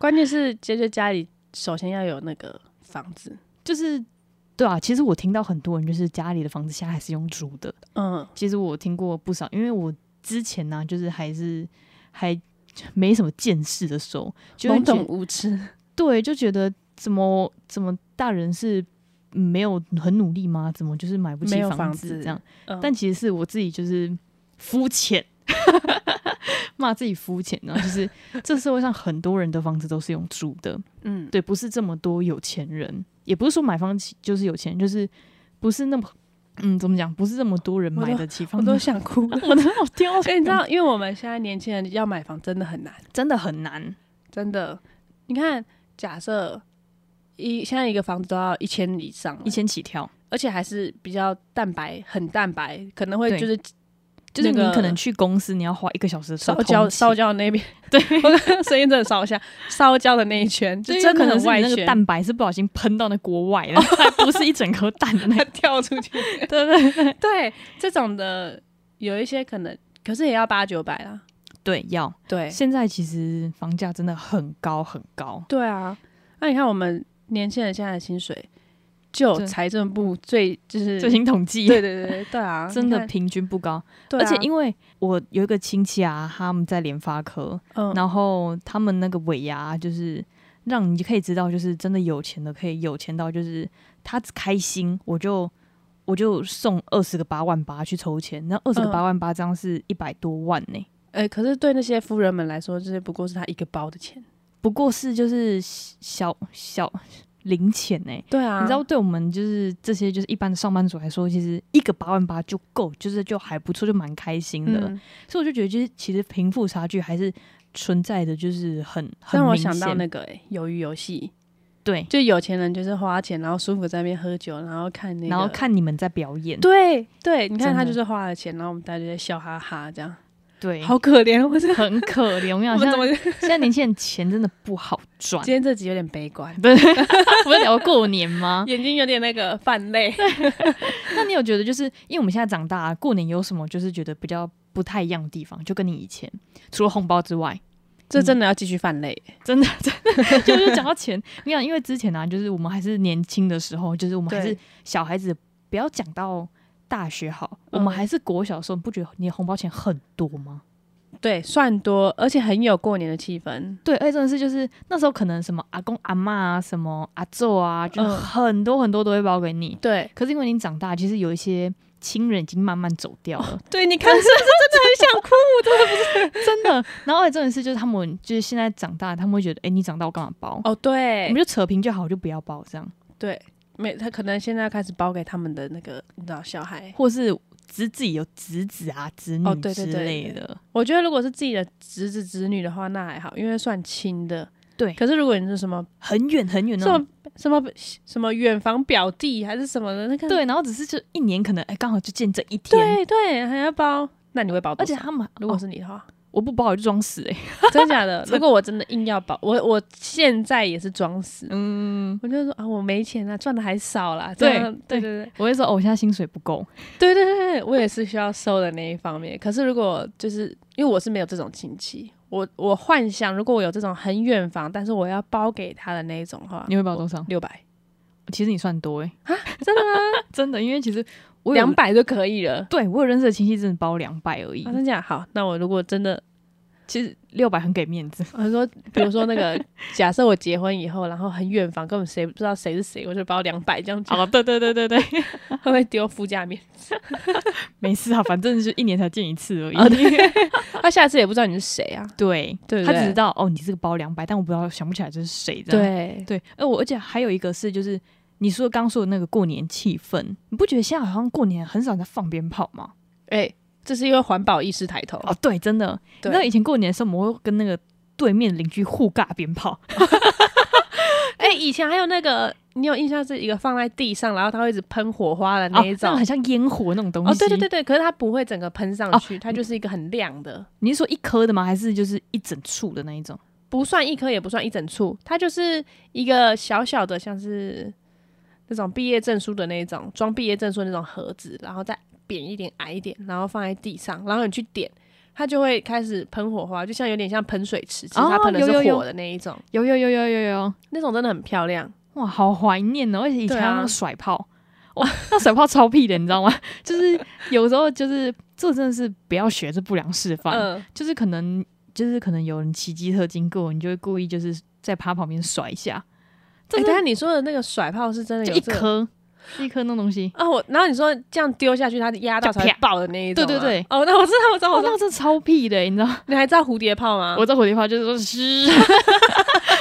[SPEAKER 2] 关键是姐姐家里首先要有那个房子，
[SPEAKER 1] 就是对啊，其实我听到很多人就是家里的房子现在还是用租的，
[SPEAKER 2] 嗯
[SPEAKER 1] 其实我听过不少，因为我之前呢、就是还是还没什么见识的时候，就会
[SPEAKER 2] 懵
[SPEAKER 1] 觉
[SPEAKER 2] 懂无知，
[SPEAKER 1] 对，就觉得怎么怎么大人是嗯没有很努力吗？怎么就是买不起
[SPEAKER 2] 没有
[SPEAKER 1] 房
[SPEAKER 2] 房
[SPEAKER 1] 子
[SPEAKER 2] 子
[SPEAKER 1] 这样？
[SPEAKER 2] 嗯
[SPEAKER 1] 但其实是我自己就是肤浅， 骂自己肤浅呢，就是这社会上很多人的房子都是用租的，
[SPEAKER 2] 嗯
[SPEAKER 1] 对，不是这么多有钱人，也不是说买房起就是有钱人，就是不是那么嗯怎么讲，不是这么多人
[SPEAKER 2] 我
[SPEAKER 1] 买
[SPEAKER 2] 都
[SPEAKER 1] 得起
[SPEAKER 2] 我
[SPEAKER 1] 房子哎
[SPEAKER 2] 都。想哭了，
[SPEAKER 1] 嗯 我都好挑，
[SPEAKER 2] 所以你知道，因为我们现在年轻人要买房真的很难。
[SPEAKER 1] 真的很难。
[SPEAKER 2] 真的，你看，假设一现在一个房子都要一千以上了，
[SPEAKER 1] 一千起跳，
[SPEAKER 2] 而且还是比较蛋白，很蛋白，可能会
[SPEAKER 1] 对
[SPEAKER 2] 就是
[SPEAKER 1] 就是你
[SPEAKER 2] 那个
[SPEAKER 1] 可能去公司，你要花一个小时的车
[SPEAKER 2] 烧焦
[SPEAKER 1] 通勤
[SPEAKER 2] 烧焦的那边，
[SPEAKER 1] 对，
[SPEAKER 2] 我刚刚声音真的烧一下，烧焦的那一圈，就
[SPEAKER 1] 对，
[SPEAKER 2] 真
[SPEAKER 1] 真
[SPEAKER 2] 的
[SPEAKER 1] 可能
[SPEAKER 2] 很
[SPEAKER 1] 是你
[SPEAKER 2] 外
[SPEAKER 1] 那个
[SPEAKER 2] 圈，
[SPEAKER 1] 蛋白是不小心喷到那国外的，还不是一整颗蛋 的那
[SPEAKER 2] 它
[SPEAKER 1] 个。
[SPEAKER 2] 跳出去。
[SPEAKER 1] 对对对
[SPEAKER 2] 对，这种的有一些可能，可是也要八九百啦。
[SPEAKER 1] 对，要。
[SPEAKER 2] 对
[SPEAKER 1] 现在其实房价真的很高很高，
[SPEAKER 2] 对啊，那你看我们年轻人现在的薪水，就
[SPEAKER 1] 对
[SPEAKER 2] 财政部最就是
[SPEAKER 1] 最新统计
[SPEAKER 2] 对对对 对啊，
[SPEAKER 1] 真
[SPEAKER 2] 你
[SPEAKER 1] 的
[SPEAKER 2] 看，
[SPEAKER 1] 平均不高。
[SPEAKER 2] 对
[SPEAKER 1] 而且
[SPEAKER 2] 啊
[SPEAKER 1] 因为我有一个亲戚啊，他们在联发科，
[SPEAKER 2] 嗯
[SPEAKER 1] 然后他们那个尾牙就是让你可以知道，就是真的有钱的可以有钱到，就是他开心我就。我就送二十个八万八去抽签，那二十个
[SPEAKER 2] 嗯
[SPEAKER 1] 八万八张是一百多万呢、
[SPEAKER 2] 哎、可是对那些夫人们来说，这不过是他一个包的钱。
[SPEAKER 1] 不过是就是小小零钱呢、
[SPEAKER 2] 对啊
[SPEAKER 1] 你知道，对我们就是这些就是一般的上班族来说，其实一个八万八就够，就是就还不错，就蛮开心的。
[SPEAKER 2] 嗯，
[SPEAKER 1] 所以我就觉得，就是其实贫富差距还是存在的，就是很很
[SPEAKER 2] 让我
[SPEAKER 1] 明
[SPEAKER 2] 想到
[SPEAKER 1] 显
[SPEAKER 2] 那个哎、鱿鱼游戏，
[SPEAKER 1] 对，
[SPEAKER 2] 就有钱人就是花钱，然后舒服在那边喝酒，然后看那个，
[SPEAKER 1] 然后。看你们在表演，
[SPEAKER 2] 对对，你看
[SPEAKER 1] 真
[SPEAKER 2] 他
[SPEAKER 1] 的
[SPEAKER 2] 就是花了钱，然后我们大家就在笑哈哈，这样
[SPEAKER 1] 对，
[SPEAKER 2] 好可怜。我这
[SPEAKER 1] 很可怜。我跟你
[SPEAKER 2] 我
[SPEAKER 1] 讲，
[SPEAKER 2] 们
[SPEAKER 1] 现
[SPEAKER 2] 怎么
[SPEAKER 1] 在 现在年轻人钱真的不好赚
[SPEAKER 2] 今。天这集有点悲观，
[SPEAKER 1] 对，不是聊过年吗？
[SPEAKER 2] 眼睛有点那个泛泪。
[SPEAKER 1] 那你有觉得，就是因为我们现在长大，过年有什么就是觉得比较不太一样的地方？就跟你以前除了红包之外，
[SPEAKER 2] 这真的要继续泛泪。
[SPEAKER 1] 真的，真的， 就就讲到钱，你想，因为之前啊，就是我们还是年轻的时候，就是我们还是
[SPEAKER 2] 对
[SPEAKER 1] 小孩子，不要讲到大学好，我
[SPEAKER 2] 嗯
[SPEAKER 1] 们还是国小的时候，你不觉得你的红包钱很多吗？
[SPEAKER 2] 对，算多，而且很有过年的气氛。
[SPEAKER 1] 对，而且真的是就是那时候可能什么阿公阿嬷啊，什么阿舅啊，就是
[SPEAKER 2] 嗯
[SPEAKER 1] 很多很多都会包给你。
[SPEAKER 2] 对，
[SPEAKER 1] 可是因为你长大，其实有一些亲人已经慢慢走掉了，
[SPEAKER 2] 对，你看， 是不是真的很想哭？
[SPEAKER 1] 真的。 然后而且真的是就是他们就是现在长大，他们会觉得，哎、你长大我干嘛包？
[SPEAKER 2] 哦，
[SPEAKER 1] 我
[SPEAKER 2] 对
[SPEAKER 1] 们，就扯平就好，就不要包这样。
[SPEAKER 2] 对，没，他可能现在开始包给他们的那个，你知道，小孩。
[SPEAKER 1] 或是只自己有侄子啊、侄
[SPEAKER 2] 哦
[SPEAKER 1] 女
[SPEAKER 2] 对
[SPEAKER 1] 之
[SPEAKER 2] 对对
[SPEAKER 1] 类
[SPEAKER 2] 对
[SPEAKER 1] 的。
[SPEAKER 2] 我觉得如果是自己的侄子侄女的话，那还好，因为算亲的。
[SPEAKER 1] 对
[SPEAKER 2] 可是如果你是什么
[SPEAKER 1] 很远很远那哦
[SPEAKER 2] 什
[SPEAKER 1] 种。
[SPEAKER 2] 么什么什么远房表弟还是什么的，那个
[SPEAKER 1] 对，然后只是就一年可能哎，刚、好就见这一天。
[SPEAKER 2] 对对，还要包，那你会包多
[SPEAKER 1] 而
[SPEAKER 2] 少？
[SPEAKER 1] 且他们
[SPEAKER 2] 如果
[SPEAKER 1] 哦
[SPEAKER 2] 是你的话，
[SPEAKER 1] 我不包，我就装死哎、
[SPEAKER 2] 真假 的？如果我真的硬要包，我我现在也是装死，
[SPEAKER 1] 嗯，
[SPEAKER 2] 我就说啊，我没钱啊，赚的还少啦。
[SPEAKER 1] 对
[SPEAKER 2] 这样对
[SPEAKER 1] 对
[SPEAKER 2] 对
[SPEAKER 1] 我会说哦，我现在薪水不够。
[SPEAKER 2] 对对对对，我也是需要收的那一方面。可是如果就是因为我是没有这种亲戚，我我幻想如果我有这种很远房，但是我要包给他的那一种的话，
[SPEAKER 1] 你会包多少？
[SPEAKER 2] 六百
[SPEAKER 1] 其实你算多哎、
[SPEAKER 2] 真的吗？
[SPEAKER 1] 真的，因为其实我有
[SPEAKER 2] 两，百就可以了。
[SPEAKER 1] 对我有认识的亲戚真的包两百而已。
[SPEAKER 2] 啊，真假好，那我如果真的，
[SPEAKER 1] 其实六百很给面子，
[SPEAKER 2] 我说，比如说那 个，假设我结婚以后，然后很远房，根本谁不知道谁是谁，我就包两百这样子，
[SPEAKER 1] 哦，对对对对对，
[SPEAKER 2] 会不会丢副驾面？
[SPEAKER 1] 没事啊，反正就一年才见一次而已。
[SPEAKER 2] 哦对他下次也不知道你是谁啊？
[SPEAKER 1] 对，
[SPEAKER 2] 对不
[SPEAKER 1] 他只
[SPEAKER 2] 对
[SPEAKER 1] 知道哦，你这个包两百，但我不知道想不起来这是谁这样。
[SPEAKER 2] 对，
[SPEAKER 1] 对，而我而且还有一个是，就是你说刚说的那个过年气氛，你不觉得现在好像过年很少人在放鞭炮吗？
[SPEAKER 2] 哎，这是因为环保意识抬头。
[SPEAKER 1] 哦，对，真的。你知道
[SPEAKER 2] 对
[SPEAKER 1] 以前过年的时候，我们会跟那个对面邻居互尬鞭炮，
[SPEAKER 2] 哎、以前还有那个，你有印象是一个放在地上，然后它会一直喷火花的那一
[SPEAKER 1] 哦
[SPEAKER 2] 种。
[SPEAKER 1] 个很像烟火那种东西。
[SPEAKER 2] 哦，对对对，对，可是它不会整个喷上去，它就是一个很亮的，
[SPEAKER 1] 你是说一颗的吗？还是就是一整簇的那一种？
[SPEAKER 2] 不算一颗，也不算一整簇，它就是一个小小的，像是那种毕业证书的那一种装毕业证书的那种盒子，然后再扁一点、矮一点，然后放在地上，然后你去点，它就会开始喷火花，就像有点像喷水池，只是它
[SPEAKER 1] 哦
[SPEAKER 2] 喷的
[SPEAKER 1] 有
[SPEAKER 2] 是
[SPEAKER 1] 有有
[SPEAKER 2] 火的那一种，
[SPEAKER 1] 有有有有有有，
[SPEAKER 2] 那种真的很漂亮。
[SPEAKER 1] 哇，好怀念哦！而且以前
[SPEAKER 2] 对啊
[SPEAKER 1] 还有那个甩炮，哇，那甩炮超屁的，你知道吗？ 就是有时候就是这真的是不要学这不良示范。
[SPEAKER 2] 嗯，
[SPEAKER 1] 就是可能就是可能有人骑机车经过，你就会故意就是在他旁边甩一下，
[SPEAKER 2] 哎、
[SPEAKER 1] 这是
[SPEAKER 2] 等一下你说的那个甩炮是真的
[SPEAKER 1] 就
[SPEAKER 2] 有
[SPEAKER 1] 一
[SPEAKER 2] 这个
[SPEAKER 1] 颗、一颗那种东西。
[SPEAKER 2] 啊，我然后你说这样丢下去，它压到才
[SPEAKER 1] 就
[SPEAKER 2] 会
[SPEAKER 1] 啪
[SPEAKER 2] 爆的那一种吗，
[SPEAKER 1] 对对对
[SPEAKER 2] 哦，那我知道，我知道，
[SPEAKER 1] 哦
[SPEAKER 2] 我，知道
[SPEAKER 1] 那，啊这超屁的，你知道？
[SPEAKER 2] 你还知道蝴蝶炮吗？
[SPEAKER 1] 我在火地炮就是说 嘘，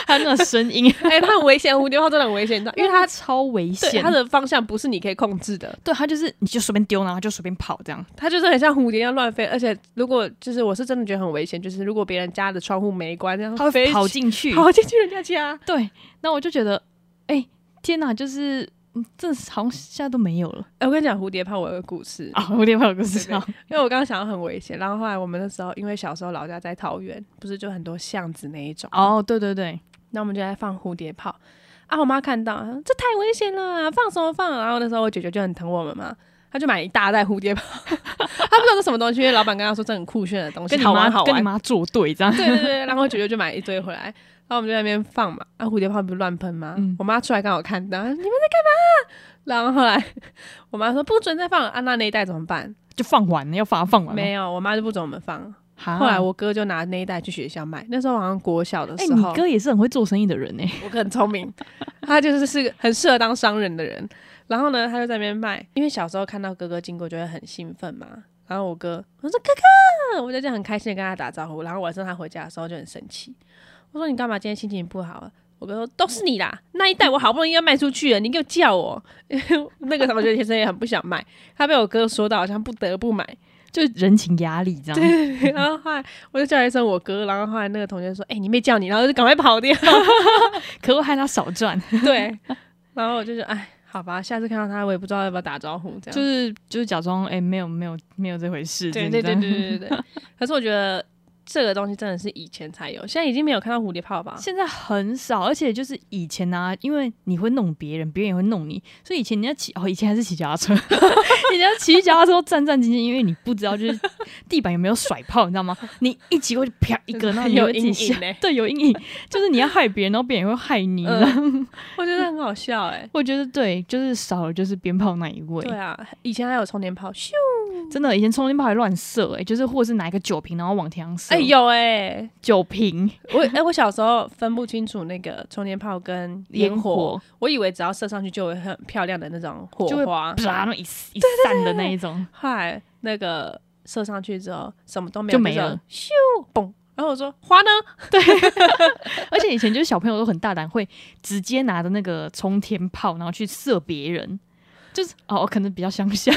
[SPEAKER 1] 还有那种声音，
[SPEAKER 2] 哎，它很危险，蝴蝶炮真的很危险，你知道，因为它
[SPEAKER 1] 超危
[SPEAKER 2] 对
[SPEAKER 1] 险，
[SPEAKER 2] 它的方向不是你可以控制的，
[SPEAKER 1] 对它就是你就随便丢，然后就随便跑这样。
[SPEAKER 2] 它就是很像蝴蝶一样乱飞，而且如果就是我是真的觉得很危险，就是如果别人家的窗户没关，然
[SPEAKER 1] 它
[SPEAKER 2] 后
[SPEAKER 1] 会
[SPEAKER 2] 飞
[SPEAKER 1] 哦跑
[SPEAKER 2] 进
[SPEAKER 1] 进去，
[SPEAKER 2] 跑进去人家家，
[SPEAKER 1] 对，那我就觉得，哎、天哪，就是嗯这好像现在都没有了
[SPEAKER 2] 哎、我跟你讲，蝴蝶派我有个故事，
[SPEAKER 1] 啊！我另外有个事
[SPEAKER 2] 对因为我刚刚想到很危险，然后后来我们那时候因为小时候老家在桃园，不是就很多巷子那一种，
[SPEAKER 1] 哦，对对对，
[SPEAKER 2] 那我们就在放蝴蝶炮。啊，我妈看到，她说这太危险了啊，放什么放？然后那时候我姐姐就很疼我们嘛，她就买一大袋蝴蝶炮， 她不知道是什么东西，因为老板跟她说这很酷炫的东西，
[SPEAKER 1] 跟你
[SPEAKER 2] 好
[SPEAKER 1] 妈
[SPEAKER 2] 玩好
[SPEAKER 1] 跟你
[SPEAKER 2] 玩。
[SPEAKER 1] 妈作对这样，
[SPEAKER 2] 对对对，然后我姐姐就买一堆回来，然后我们就在那边放嘛，啊，蝴蝶炮不是乱喷吗？
[SPEAKER 1] 嗯
[SPEAKER 2] 我妈出来刚好看到，你们在干嘛？然后后来我妈说不准再放了，啊，那那一袋怎么办？
[SPEAKER 1] 就放完了要把它放完了。啊
[SPEAKER 2] 没有，我妈就不准我们放。
[SPEAKER 1] 哈，
[SPEAKER 2] 后来我哥就拿那一袋去学校卖，那时候好像国小的
[SPEAKER 1] 哎、
[SPEAKER 2] 时
[SPEAKER 1] 你
[SPEAKER 2] 候，
[SPEAKER 1] 哥也是很会做生意的人哎、
[SPEAKER 2] 我哥很聪明，他就是是个很适合当商人的人。然后呢，他就在那边卖，因为小时候看到哥哥经过就会很兴奋嘛。然后我哥我说哥哥，我就这样很开心的跟他打招呼。然后晚上他回家的时候就很生气，我说你干嘛今天心情不好啊？我哥说都是你啦，那一袋我好不容易要卖出去了，你给我叫我。 那个同学先生也很不想卖，他被我哥说到好像不得不买。
[SPEAKER 1] 就人情压力这样。
[SPEAKER 2] 然后后来我就叫一声我哥，然后后来那个同学说：“哎、你没叫你。”然后就赶快跑掉。
[SPEAKER 1] 可我害他少赚，
[SPEAKER 2] 对，然后我就说：“哎，好吧，下次看到他，我也不知道要不要打招呼。”这样
[SPEAKER 1] 就是就是假装哎、没有没有没有这回事。
[SPEAKER 2] 啊对
[SPEAKER 1] 这
[SPEAKER 2] 对
[SPEAKER 1] 样
[SPEAKER 2] 对对对对对。 可是我觉得这个东西真的是以前才有，现在已经没有看到蝴蝶 炮吧？
[SPEAKER 1] 现在很少，而且就是以前啊，因为你会弄别人，别人也会弄你，所以以前人家骑哦，以前还是骑脚踏车， 以前骑脚踏车战战兢兢，因为你不知道 就是地板有没有甩炮，你知道吗？你一骑过去啪一个，
[SPEAKER 2] 真的
[SPEAKER 1] 然后你
[SPEAKER 2] 有
[SPEAKER 1] 会自己
[SPEAKER 2] 阴影
[SPEAKER 1] 吓
[SPEAKER 2] 欸
[SPEAKER 1] 对，有阴影，就是你要害别人，然后别人也会害你。
[SPEAKER 2] 嗯
[SPEAKER 1] 你知道吗
[SPEAKER 2] 我觉得很好笑哎、
[SPEAKER 1] 我觉得对，就是少了就是鞭炮那一位，
[SPEAKER 2] 对啊，以前还有充电炮，
[SPEAKER 1] 哦
[SPEAKER 2] 咻！
[SPEAKER 1] 真的以前冲天炮还乱射、欸，就是或是拿一个酒瓶然后往天上射，
[SPEAKER 2] 哎、有哎、
[SPEAKER 1] 酒瓶
[SPEAKER 2] 我哎、我小时候分不清楚那个充电炮跟烟火，我以为只要射上去就会很漂亮的那种火
[SPEAKER 1] 就会
[SPEAKER 2] 花，
[SPEAKER 1] 啪，那么一一散的那一种，
[SPEAKER 2] 后来那个射上去之后，什么都没有，
[SPEAKER 1] 就没
[SPEAKER 2] 是
[SPEAKER 1] 了，
[SPEAKER 2] 咻嘣。然后我说花呢？
[SPEAKER 1] 而且以前就是小朋友都很大胆，会直接拿着那个冲天炮，然后去射别人。就是哦，我可能比较乡 下，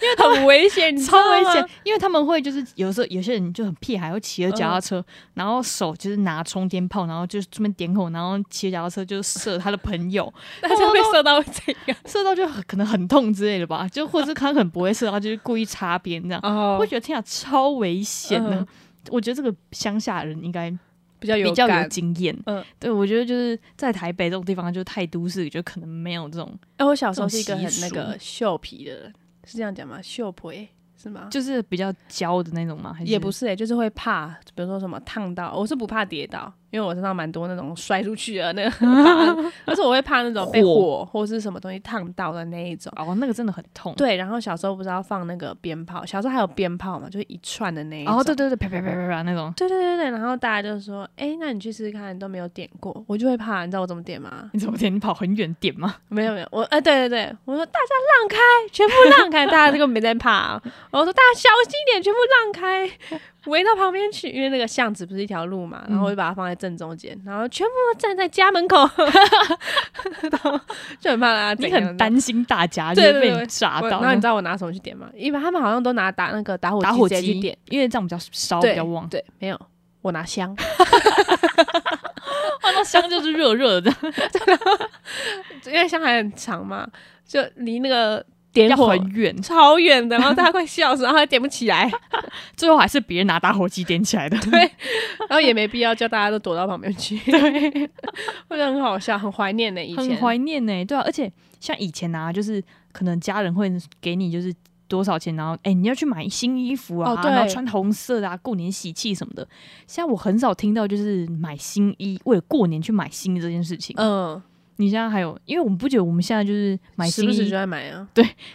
[SPEAKER 2] 因为很危险，你知
[SPEAKER 1] 超
[SPEAKER 2] 道
[SPEAKER 1] 危
[SPEAKER 2] 吗
[SPEAKER 1] 险，。因为他们会就是有时候有些人就很屁孩，会骑着脚踏车，
[SPEAKER 2] 嗯
[SPEAKER 1] 然后手就是拿冲天炮，然后就是这边点火，然后骑着脚踏车就射他的朋友，
[SPEAKER 2] 但是被射到会怎样？
[SPEAKER 1] 射到就很可能很痛之类的吧，就或者是他可能不会射，他就是故意擦边这样。
[SPEAKER 2] 哦
[SPEAKER 1] 我觉得天啊，超危险的、
[SPEAKER 2] 嗯
[SPEAKER 1] 我觉得这个乡下人应该
[SPEAKER 2] 比较有
[SPEAKER 1] 比较有
[SPEAKER 2] 感
[SPEAKER 1] 经验。
[SPEAKER 2] 嗯
[SPEAKER 1] 对，我觉得就是在台北这种地方，就太都市，就可能没有这种，
[SPEAKER 2] 哎，我小时候是一个很
[SPEAKER 1] 这种习
[SPEAKER 2] 那
[SPEAKER 1] 俗
[SPEAKER 2] 个秀皮的人，是这样讲吗？秀皮是吗？
[SPEAKER 1] 就是比较娇的那种嘛。还
[SPEAKER 2] 也不是哎、就是会怕，比如说什么烫到，我是不怕跌倒，因为我身上蛮多那种摔出去的那个， 但是我会怕那种被
[SPEAKER 1] 火
[SPEAKER 2] 火或是什么东西烫到的那一种。
[SPEAKER 1] 哦，那个真的很痛。，
[SPEAKER 2] 对，然后小时候不是要放那个鞭炮，小时候还有鞭炮嘛，就是一串的那一种。
[SPEAKER 1] 哦，对对对，啪啪啪啪啪那种。
[SPEAKER 2] 对对对对，然后大家就说，哎，那你去试试看，都没有点过，我就会怕，你知道我怎么点吗？
[SPEAKER 1] 你怎么点？你跑很远点 吗？
[SPEAKER 2] 没有没有，我哎、对对对，我说大家让开，全部让开，大家这个没在怕、啊，我说大家小心一点，全部让开，围到旁边去，因为那个巷子不是一条路嘛，然
[SPEAKER 1] 嗯
[SPEAKER 2] 后我就把它放在正中间，然后全部都站在家门口， 然后就很怕大家怎
[SPEAKER 1] 你
[SPEAKER 2] 样
[SPEAKER 1] 很担心大家就
[SPEAKER 2] 对
[SPEAKER 1] 是
[SPEAKER 2] 对
[SPEAKER 1] 被
[SPEAKER 2] 对
[SPEAKER 1] 你炸
[SPEAKER 2] 我
[SPEAKER 1] 到
[SPEAKER 2] 然后你知道我拿什么去点吗？因为他们好像都拿打那个打火
[SPEAKER 1] 打火
[SPEAKER 2] 直接
[SPEAKER 1] 机哦
[SPEAKER 2] 去点，，
[SPEAKER 1] 因为这样比较烧
[SPEAKER 2] 对
[SPEAKER 1] 比较旺。
[SPEAKER 2] 对，没有，我拿香，
[SPEAKER 1] 哦，那香就是热热的，
[SPEAKER 2] 因为香还很长嘛，就离那个点
[SPEAKER 1] 要
[SPEAKER 2] 火
[SPEAKER 1] 很远，
[SPEAKER 2] 超远的，然后大家快笑死，然后还点不起来，
[SPEAKER 1] 最后还是别人拿打火机点起来的。
[SPEAKER 2] 对然后也没必要叫大家都躲到旁边去，对，我觉得很好笑，很怀念呢、以前
[SPEAKER 1] 很怀念呢、对啊，而且像以前啊，就是可能家人会给你就是多少钱，然后哎、你要去买新衣服啊，
[SPEAKER 2] 哦对
[SPEAKER 1] 然后穿红色的啊，过年喜气什么的。现在我很少听到就是买新衣，为了过年去买新衣这件事情。
[SPEAKER 2] 嗯，
[SPEAKER 1] 你现在还有，因为我们不觉得我们现在就是买
[SPEAKER 2] 时
[SPEAKER 1] 新
[SPEAKER 2] 不
[SPEAKER 1] 衣，
[SPEAKER 2] 时就在买啊，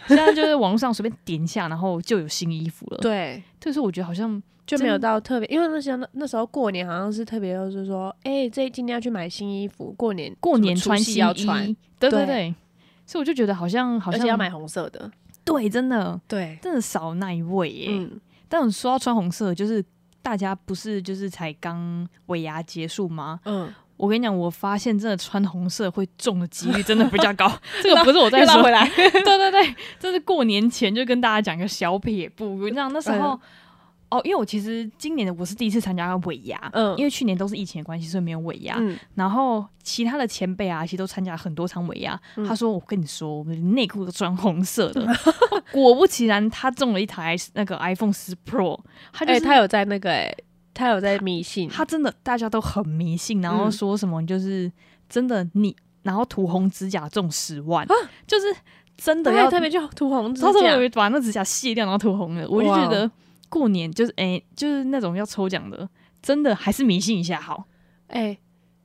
[SPEAKER 1] 现在就是网络上随便点一下，然后就有新衣服了。，
[SPEAKER 2] 对，
[SPEAKER 1] 所以说我觉得好像
[SPEAKER 2] 就
[SPEAKER 1] 嗯
[SPEAKER 2] 没
[SPEAKER 1] 真
[SPEAKER 2] 有到特别，因为那时候那时候过年好像是特别，就是说，哎、这今天要去买新衣服，过年
[SPEAKER 1] 过
[SPEAKER 2] 什么
[SPEAKER 1] 年
[SPEAKER 2] 除
[SPEAKER 1] 穿
[SPEAKER 2] 夕
[SPEAKER 1] 新
[SPEAKER 2] 要
[SPEAKER 1] 衣，
[SPEAKER 2] 穿，
[SPEAKER 1] 对
[SPEAKER 2] 对
[SPEAKER 1] 对对。所以我就觉得好像好
[SPEAKER 2] 而
[SPEAKER 1] 像
[SPEAKER 2] 且要买红色的，
[SPEAKER 1] 对，真的
[SPEAKER 2] 对，
[SPEAKER 1] 真的少那一位耶、
[SPEAKER 2] 嗯，
[SPEAKER 1] 但我说到穿红色，就是大家不是就是才刚尾牙结束吗？
[SPEAKER 2] 嗯，
[SPEAKER 1] 我跟你讲，我发现真的穿红色会中的几率真的比较高。 这个不是我在
[SPEAKER 2] 再拉
[SPEAKER 1] 说啊
[SPEAKER 2] 回， 来，
[SPEAKER 1] 对对对，这是过年前就跟大家讲个小撇步。你知道那时候、哦，因为我其实今年的我是第一次参加尾牙，
[SPEAKER 2] 嗯
[SPEAKER 1] 因为去年都是疫情的关系，所以没有尾牙。
[SPEAKER 2] 嗯，
[SPEAKER 1] 然后其他的前辈啊，其实都参加很多场尾牙。
[SPEAKER 2] 嗯
[SPEAKER 1] 他说：“我跟你说，我们内裤都穿红色 的。”果不其然，他中了一台那个 iPhone 十 Pro。他就
[SPEAKER 2] 哎、
[SPEAKER 1] 是、
[SPEAKER 2] 他有在那个、哎，他有在迷信，
[SPEAKER 1] 他真的大家都很迷信，然
[SPEAKER 2] 嗯
[SPEAKER 1] 后说什么就是真的你，然后涂红指甲中十万，就是真的
[SPEAKER 2] 啊哎他
[SPEAKER 1] 要
[SPEAKER 2] 还特别去涂红指
[SPEAKER 1] 他怎
[SPEAKER 2] 甲，哦
[SPEAKER 1] 么把那指甲卸掉，然后涂红了？我就觉得过年就是哎、就是那种要抽奖的，真的还是迷信一下好。
[SPEAKER 2] 哎、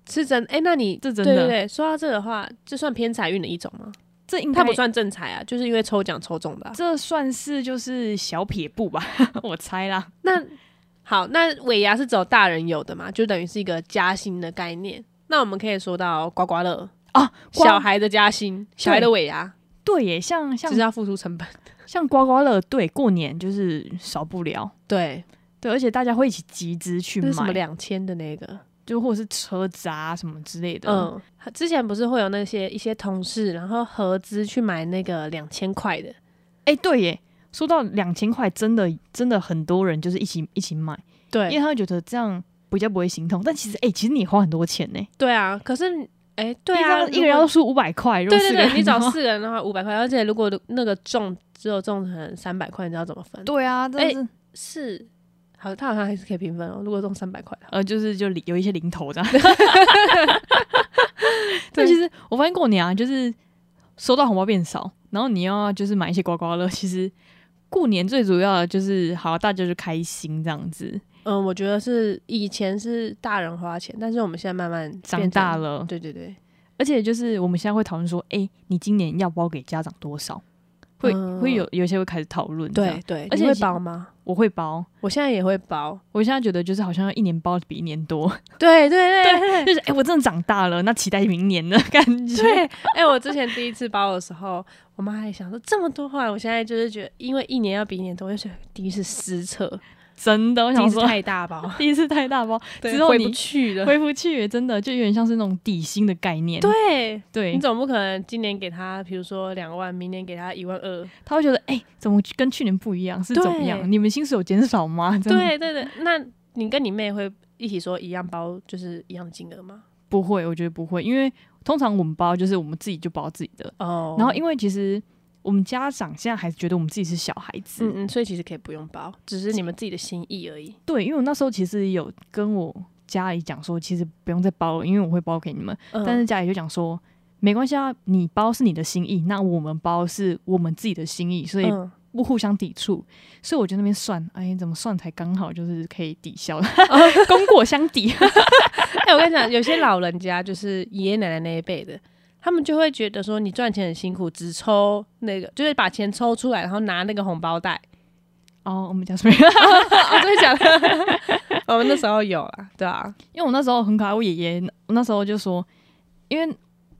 [SPEAKER 2] 是真哎、那你
[SPEAKER 1] 这真
[SPEAKER 2] 对
[SPEAKER 1] 的
[SPEAKER 2] 对对，说到这个的话，这算偏财运的一种吗？
[SPEAKER 1] 这应
[SPEAKER 2] 它
[SPEAKER 1] 该
[SPEAKER 2] 不算正财啊，就是因为抽奖抽中的啊、
[SPEAKER 1] 这算是就是小撇步吧， 我猜啦。
[SPEAKER 2] 那好，那尾牙是只有大人有的嘛，就等于是一个加薪的概念。那我们可以说到刮刮乐
[SPEAKER 1] 哦，刮
[SPEAKER 2] 小孩的加薪，小孩的尾牙，
[SPEAKER 1] 对耶，像像
[SPEAKER 2] 只是要付出成本。
[SPEAKER 1] 像刮刮乐，对，过年就是少不了。
[SPEAKER 2] 对，
[SPEAKER 1] 对，而且大家会一起集资去
[SPEAKER 2] 那是什么
[SPEAKER 1] 买，
[SPEAKER 2] 两千的那个，
[SPEAKER 1] 就或者是车子啊什么之类的。
[SPEAKER 2] 嗯，之前不是会有那些一些同事，然后合资去买那个两千块的，
[SPEAKER 1] 哎、对耶，说到两千块，真的真的很多人就是一起一起买，因为
[SPEAKER 2] 对，
[SPEAKER 1] 他会觉得这样比较不会心痛。但其实，哎、其实你也花很多钱呢，
[SPEAKER 2] 对啊。可是，哎、对
[SPEAKER 1] 一
[SPEAKER 2] 啊，
[SPEAKER 1] 张一个人
[SPEAKER 2] 如
[SPEAKER 1] 要
[SPEAKER 2] 果
[SPEAKER 1] 出五百块，如果
[SPEAKER 2] 对对
[SPEAKER 1] 四个
[SPEAKER 2] 对，
[SPEAKER 1] 人
[SPEAKER 2] 你找
[SPEAKER 1] 的话
[SPEAKER 2] 四个人的话五百块，而且如果那个中只有中成三百块，你知道怎么分？
[SPEAKER 1] 对 啊，但
[SPEAKER 2] 哎
[SPEAKER 1] 是、
[SPEAKER 2] 是，好，他好像还是可以平分哦。如果中三百块的话，
[SPEAKER 1] 呃，就是就零有一些零头这 样。
[SPEAKER 2] 对
[SPEAKER 1] 但其实我发现过年啊，就是收到红包变少，然后你又要就是买一些刮刮乐，其实。过年最主要的就是好，大家就开心这样子。
[SPEAKER 2] 嗯，我觉得是以前是大人花钱，但是我们现在慢慢
[SPEAKER 1] 长
[SPEAKER 2] 变成
[SPEAKER 1] 大。了，
[SPEAKER 2] 对对对，
[SPEAKER 1] 而且就是我们现在会讨论说，哎、你今年要包给家长多少？会、
[SPEAKER 2] 嗯
[SPEAKER 1] 会有有些会开始讨论。这样
[SPEAKER 2] 对，对，
[SPEAKER 1] 而且
[SPEAKER 2] 你会
[SPEAKER 1] 其
[SPEAKER 2] 包吗？
[SPEAKER 1] 我会包。
[SPEAKER 2] 我现在也会 包。
[SPEAKER 1] 我现在觉得就是好像一年包比一年多，
[SPEAKER 2] 对对对对
[SPEAKER 1] 就是哎、我真的长大了，那期待明年的感觉。
[SPEAKER 2] 对， 哎、我之前第一次包的时候，我妈还想说这么多话，我现在就是觉得，因为一年要比一年多，我就觉得第一次失策，
[SPEAKER 1] 真的，我
[SPEAKER 2] 第
[SPEAKER 1] 想
[SPEAKER 2] 一次
[SPEAKER 1] 说。
[SPEAKER 2] 太大包，
[SPEAKER 1] 第一次太大包，
[SPEAKER 2] 对
[SPEAKER 1] 之后
[SPEAKER 2] 回
[SPEAKER 1] 你
[SPEAKER 2] 不去 了。
[SPEAKER 1] 回不去，真的就有点像是那种底薪的概念。
[SPEAKER 2] 对，
[SPEAKER 1] 对
[SPEAKER 2] 你，总不可能今年给他，比如说两万，明年给他一万二。
[SPEAKER 1] 他会觉得，哎、怎么跟去年不一样？是
[SPEAKER 2] 对
[SPEAKER 1] 怎么样？你们薪水有减少吗？这样，
[SPEAKER 2] 对对对，那你跟你妹会一起说一样包，就是一样金额吗？
[SPEAKER 1] 不会，我觉得不会，因为通常我们包就是我们自己就包自己的，
[SPEAKER 2] 哦
[SPEAKER 1] 然后因为其实我们家长现在还是觉得我们自己是小孩子，
[SPEAKER 2] 嗯嗯，所以其实可以不用包，只是你们自己的心意而已。
[SPEAKER 1] 对，因为我那时候其实有跟我家里讲说，其实不用再包了，因为我会包给你们，
[SPEAKER 2] 嗯
[SPEAKER 1] 但是家里就讲说。没关系啊，你包是你的心意，那我们包是我们自己的心意，所以
[SPEAKER 2] 嗯，
[SPEAKER 1] 不互相抵触，所以我就那边算，哎，怎么算才刚好就是可以抵消，功过相抵。
[SPEAKER 2] 哎、我跟你讲，有些老人家就是爷爷奶奶那一辈的，他们就会觉得说你赚钱很辛苦，只抽那个，就是把钱抽出来，然后拿那个红包袋。
[SPEAKER 1] 哦，我们讲什么？
[SPEAKER 2] 哦，真的假的？ 我们那时候有啦，对啊，
[SPEAKER 1] 因为我那时候很可爱，我爷爷我那时候就说，因为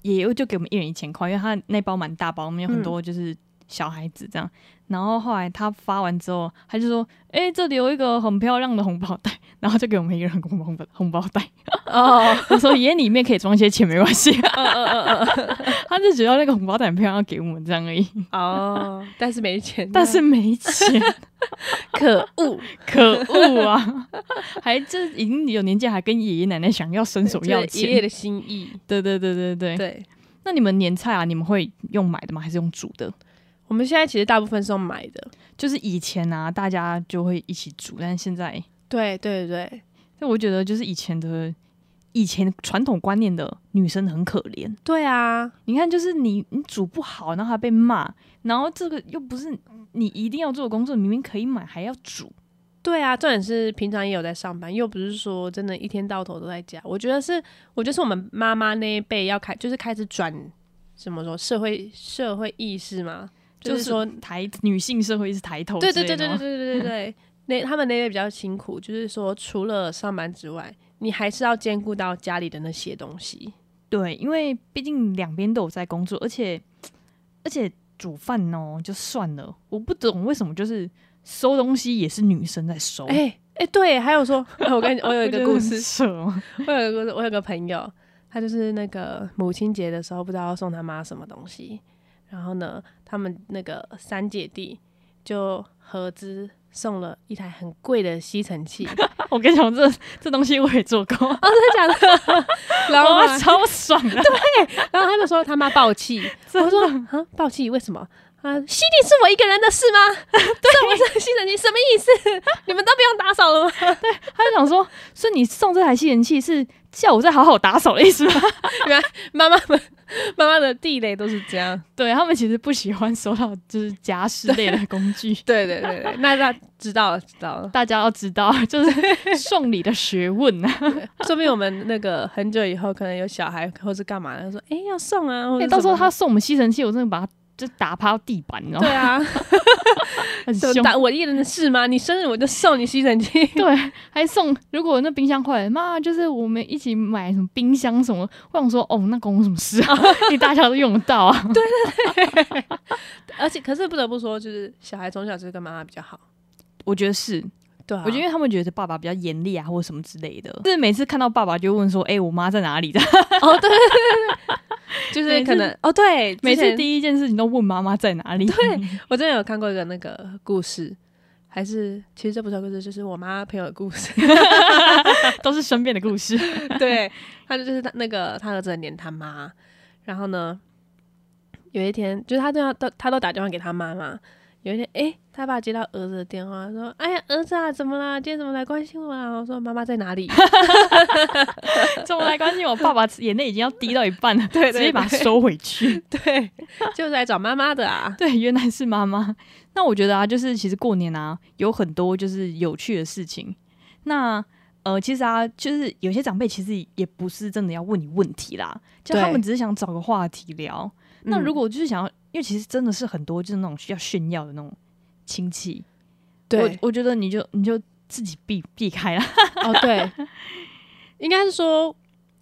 [SPEAKER 1] 爷爷就给我们一人一千块，因为他那包蛮大包，我们有很多就是小孩子这样。然后后来他发完之后，他就说：“哎、这里有一个很漂亮的红包袋。” 然后就给我们一个人红包红包袋。
[SPEAKER 2] 哦，
[SPEAKER 1] 他说：“爷爷里面可以装些钱，没关系。
[SPEAKER 2] 嗯嗯嗯
[SPEAKER 1] 他就觉得那个红包袋很漂亮，要给我们这样而已。
[SPEAKER 2] 嗯，哦，但是没钱，
[SPEAKER 1] 但是没钱，
[SPEAKER 2] 可恶，
[SPEAKER 1] 可恶啊！ 还这已经有年纪，还跟爷爷奶奶想要伸手要
[SPEAKER 2] 就是爷爷
[SPEAKER 1] 钱。
[SPEAKER 2] 的心意。
[SPEAKER 1] 对对对对对。
[SPEAKER 2] 对，
[SPEAKER 1] 那你们年菜啊，你们会用买的吗？还是用煮的？
[SPEAKER 2] 我们现在其实大部分是用买的。
[SPEAKER 1] 就是以前啊，大家就会一起煮，但是现在，
[SPEAKER 2] 对对对
[SPEAKER 1] 但我觉得就是以前的以前传统观念的女生很可怜。
[SPEAKER 2] 对啊，
[SPEAKER 1] 你看，就是你你煮不好，然后还被骂，然后这个又不是你一定要做的工作，明明可以买还要煮。
[SPEAKER 2] 对啊，重点是平常也有在上班，又不是说真的一天到头都在家。我觉得是，我觉得是我们妈妈那一辈要开，就是开始转怎么说社会社会意识嘛，就是说，
[SPEAKER 1] 抬女性社会是抬头之
[SPEAKER 2] 对
[SPEAKER 1] 类的哦
[SPEAKER 2] 对
[SPEAKER 1] 吗，
[SPEAKER 2] 对对对对对 对，那他们那一辈比较辛苦，就是说除了上班之外，你还是要兼顾到家里的那些东西。
[SPEAKER 1] 对，因为毕竟两边都有在工作，而且而且煮饭哦就算了，我不懂为什么就是收东西也是女生在收。
[SPEAKER 2] 哎、哎、对，还有说，哎我跟你， 我有一个故事，
[SPEAKER 1] 事，
[SPEAKER 2] 我有个我有个朋友，他就是那个母亲节的时候不知道要送他妈什么东西，然后呢，他们那个三姐弟就合资送了一台很贵的吸尘 器，真
[SPEAKER 1] 我跟你讲，这这东西我也做过，
[SPEAKER 2] 哦的假的？ 然后
[SPEAKER 1] 哦哇，
[SPEAKER 2] 啊
[SPEAKER 1] 超爽的。
[SPEAKER 2] 然后他就说他妈爆 气，
[SPEAKER 1] 真
[SPEAKER 2] 我说啊爆气为什么？啊，吸地是我一个人的事吗？ 送我这吸尘器什么意思？ 你们都不用打扫了吗？
[SPEAKER 1] 他就想说，所以你送这台吸尘器是叫我再好好打扫的意思吗？
[SPEAKER 2] 妈妈们妈妈的地雷都是这样。
[SPEAKER 1] 对他们其实不喜欢收到就是家事类的工具。
[SPEAKER 2] 对对对对，那那知道了知道了，
[SPEAKER 1] 大家要知道，就是送礼的学问 啊！
[SPEAKER 2] 说不定我们那个很久以后可能有小孩或是干嘛的，他说哎、要送啊，或
[SPEAKER 1] 哎、
[SPEAKER 2] 者
[SPEAKER 1] 到时候
[SPEAKER 2] 什么
[SPEAKER 1] 他送我们吸尘器，我真的把他就打趴地板，你知道吗？
[SPEAKER 2] 对啊，
[SPEAKER 1] 很
[SPEAKER 2] 就
[SPEAKER 1] 凶。
[SPEAKER 2] 打我一人的事吗？你生日我就送你吸尘器，
[SPEAKER 1] 对，还送如果那冰箱坏了，妈就是我们一起买什么冰箱什么，我想说哦，那关我什么事啊？ 你大家都用得到啊。
[SPEAKER 2] 而且可是不得不说，就是小孩从小就是跟妈妈比较好，
[SPEAKER 1] 我觉得是，
[SPEAKER 2] 对、啊，
[SPEAKER 1] 我觉得因为他们觉得爸爸比较严厉啊，或者什么之类的，就是每次看到爸爸就问说，哎、我妈在哪里？
[SPEAKER 2] 哦对对对 对，就是
[SPEAKER 1] 每
[SPEAKER 2] 可
[SPEAKER 1] 次
[SPEAKER 2] 能哦对，
[SPEAKER 1] 每
[SPEAKER 2] 之
[SPEAKER 1] 次
[SPEAKER 2] 前
[SPEAKER 1] 第一件事情都问妈妈在哪里。
[SPEAKER 2] 对我真的有看过一个那个故事。还是，其实这不是故事，就是我妈朋友的故事。
[SPEAKER 1] 都是身边的故事。
[SPEAKER 2] 对，他就是他那个他儿子很黏他妈，然后呢，有一天就是他都要都他都打电话给他妈妈，有一天诶，他爸接到儿子的电话说：“哎呀，儿子啊，怎么啦？今天怎么来关心我啦？”我说：“妈妈在哪 里
[SPEAKER 1] 怎么来关心我？爸爸眼泪已经要滴到一半了，
[SPEAKER 2] 对对。
[SPEAKER 1] 直接把它收回去？”
[SPEAKER 2] 对，就是来找妈妈的 啊。
[SPEAKER 1] 对，原来是妈妈。那我觉得啊，就是其实过年啊，有很多就是有趣的事情。那呃，其实啊，就是有些长辈其实也不是真的要问你问题啦，就他
[SPEAKER 2] 对
[SPEAKER 1] 们只是想找个话题聊。那
[SPEAKER 2] 嗯
[SPEAKER 1] 如果就是想要，因为其实真的是很多就是那种需要炫耀的那种亲戚，
[SPEAKER 2] 对
[SPEAKER 1] 我我觉得你就你就自己避避开啦。
[SPEAKER 2] 哦对，应该是说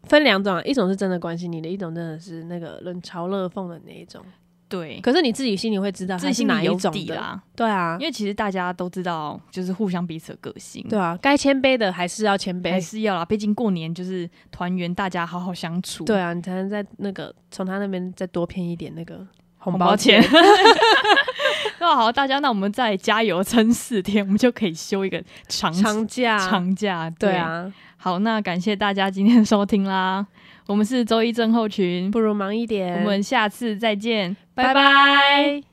[SPEAKER 2] 分两种啊，一种是真的关心你的，一种真的是那个冷嘲热讽的那一种。
[SPEAKER 1] 对，
[SPEAKER 2] 可是你自己心里会知道
[SPEAKER 1] 自
[SPEAKER 2] 他
[SPEAKER 1] 己
[SPEAKER 2] 是
[SPEAKER 1] 心
[SPEAKER 2] 哪
[SPEAKER 1] 里有
[SPEAKER 2] 一种
[SPEAKER 1] 底
[SPEAKER 2] 的，
[SPEAKER 1] 啦。
[SPEAKER 2] 对啊
[SPEAKER 1] 因，为其实大家都知道，就是互相彼此的个性，
[SPEAKER 2] 对啊，该谦卑的还是要谦卑
[SPEAKER 1] 还，是要啦。毕竟过年就是团圆，大家好好相处。
[SPEAKER 2] 对，啊，你才能在那个从他那边再多骗一点那个红
[SPEAKER 1] 红
[SPEAKER 2] 包
[SPEAKER 1] 包钱。 那好，大家，那我们再加油撑四天，我们就可以休一个长
[SPEAKER 2] 长假。
[SPEAKER 1] 长假。
[SPEAKER 2] 对，啊，
[SPEAKER 1] 好，那感谢大家今天的收听啦。我们是周一症候群，
[SPEAKER 2] 不如忙一点。
[SPEAKER 1] 我们下次再见，
[SPEAKER 2] 拜
[SPEAKER 1] 拜拜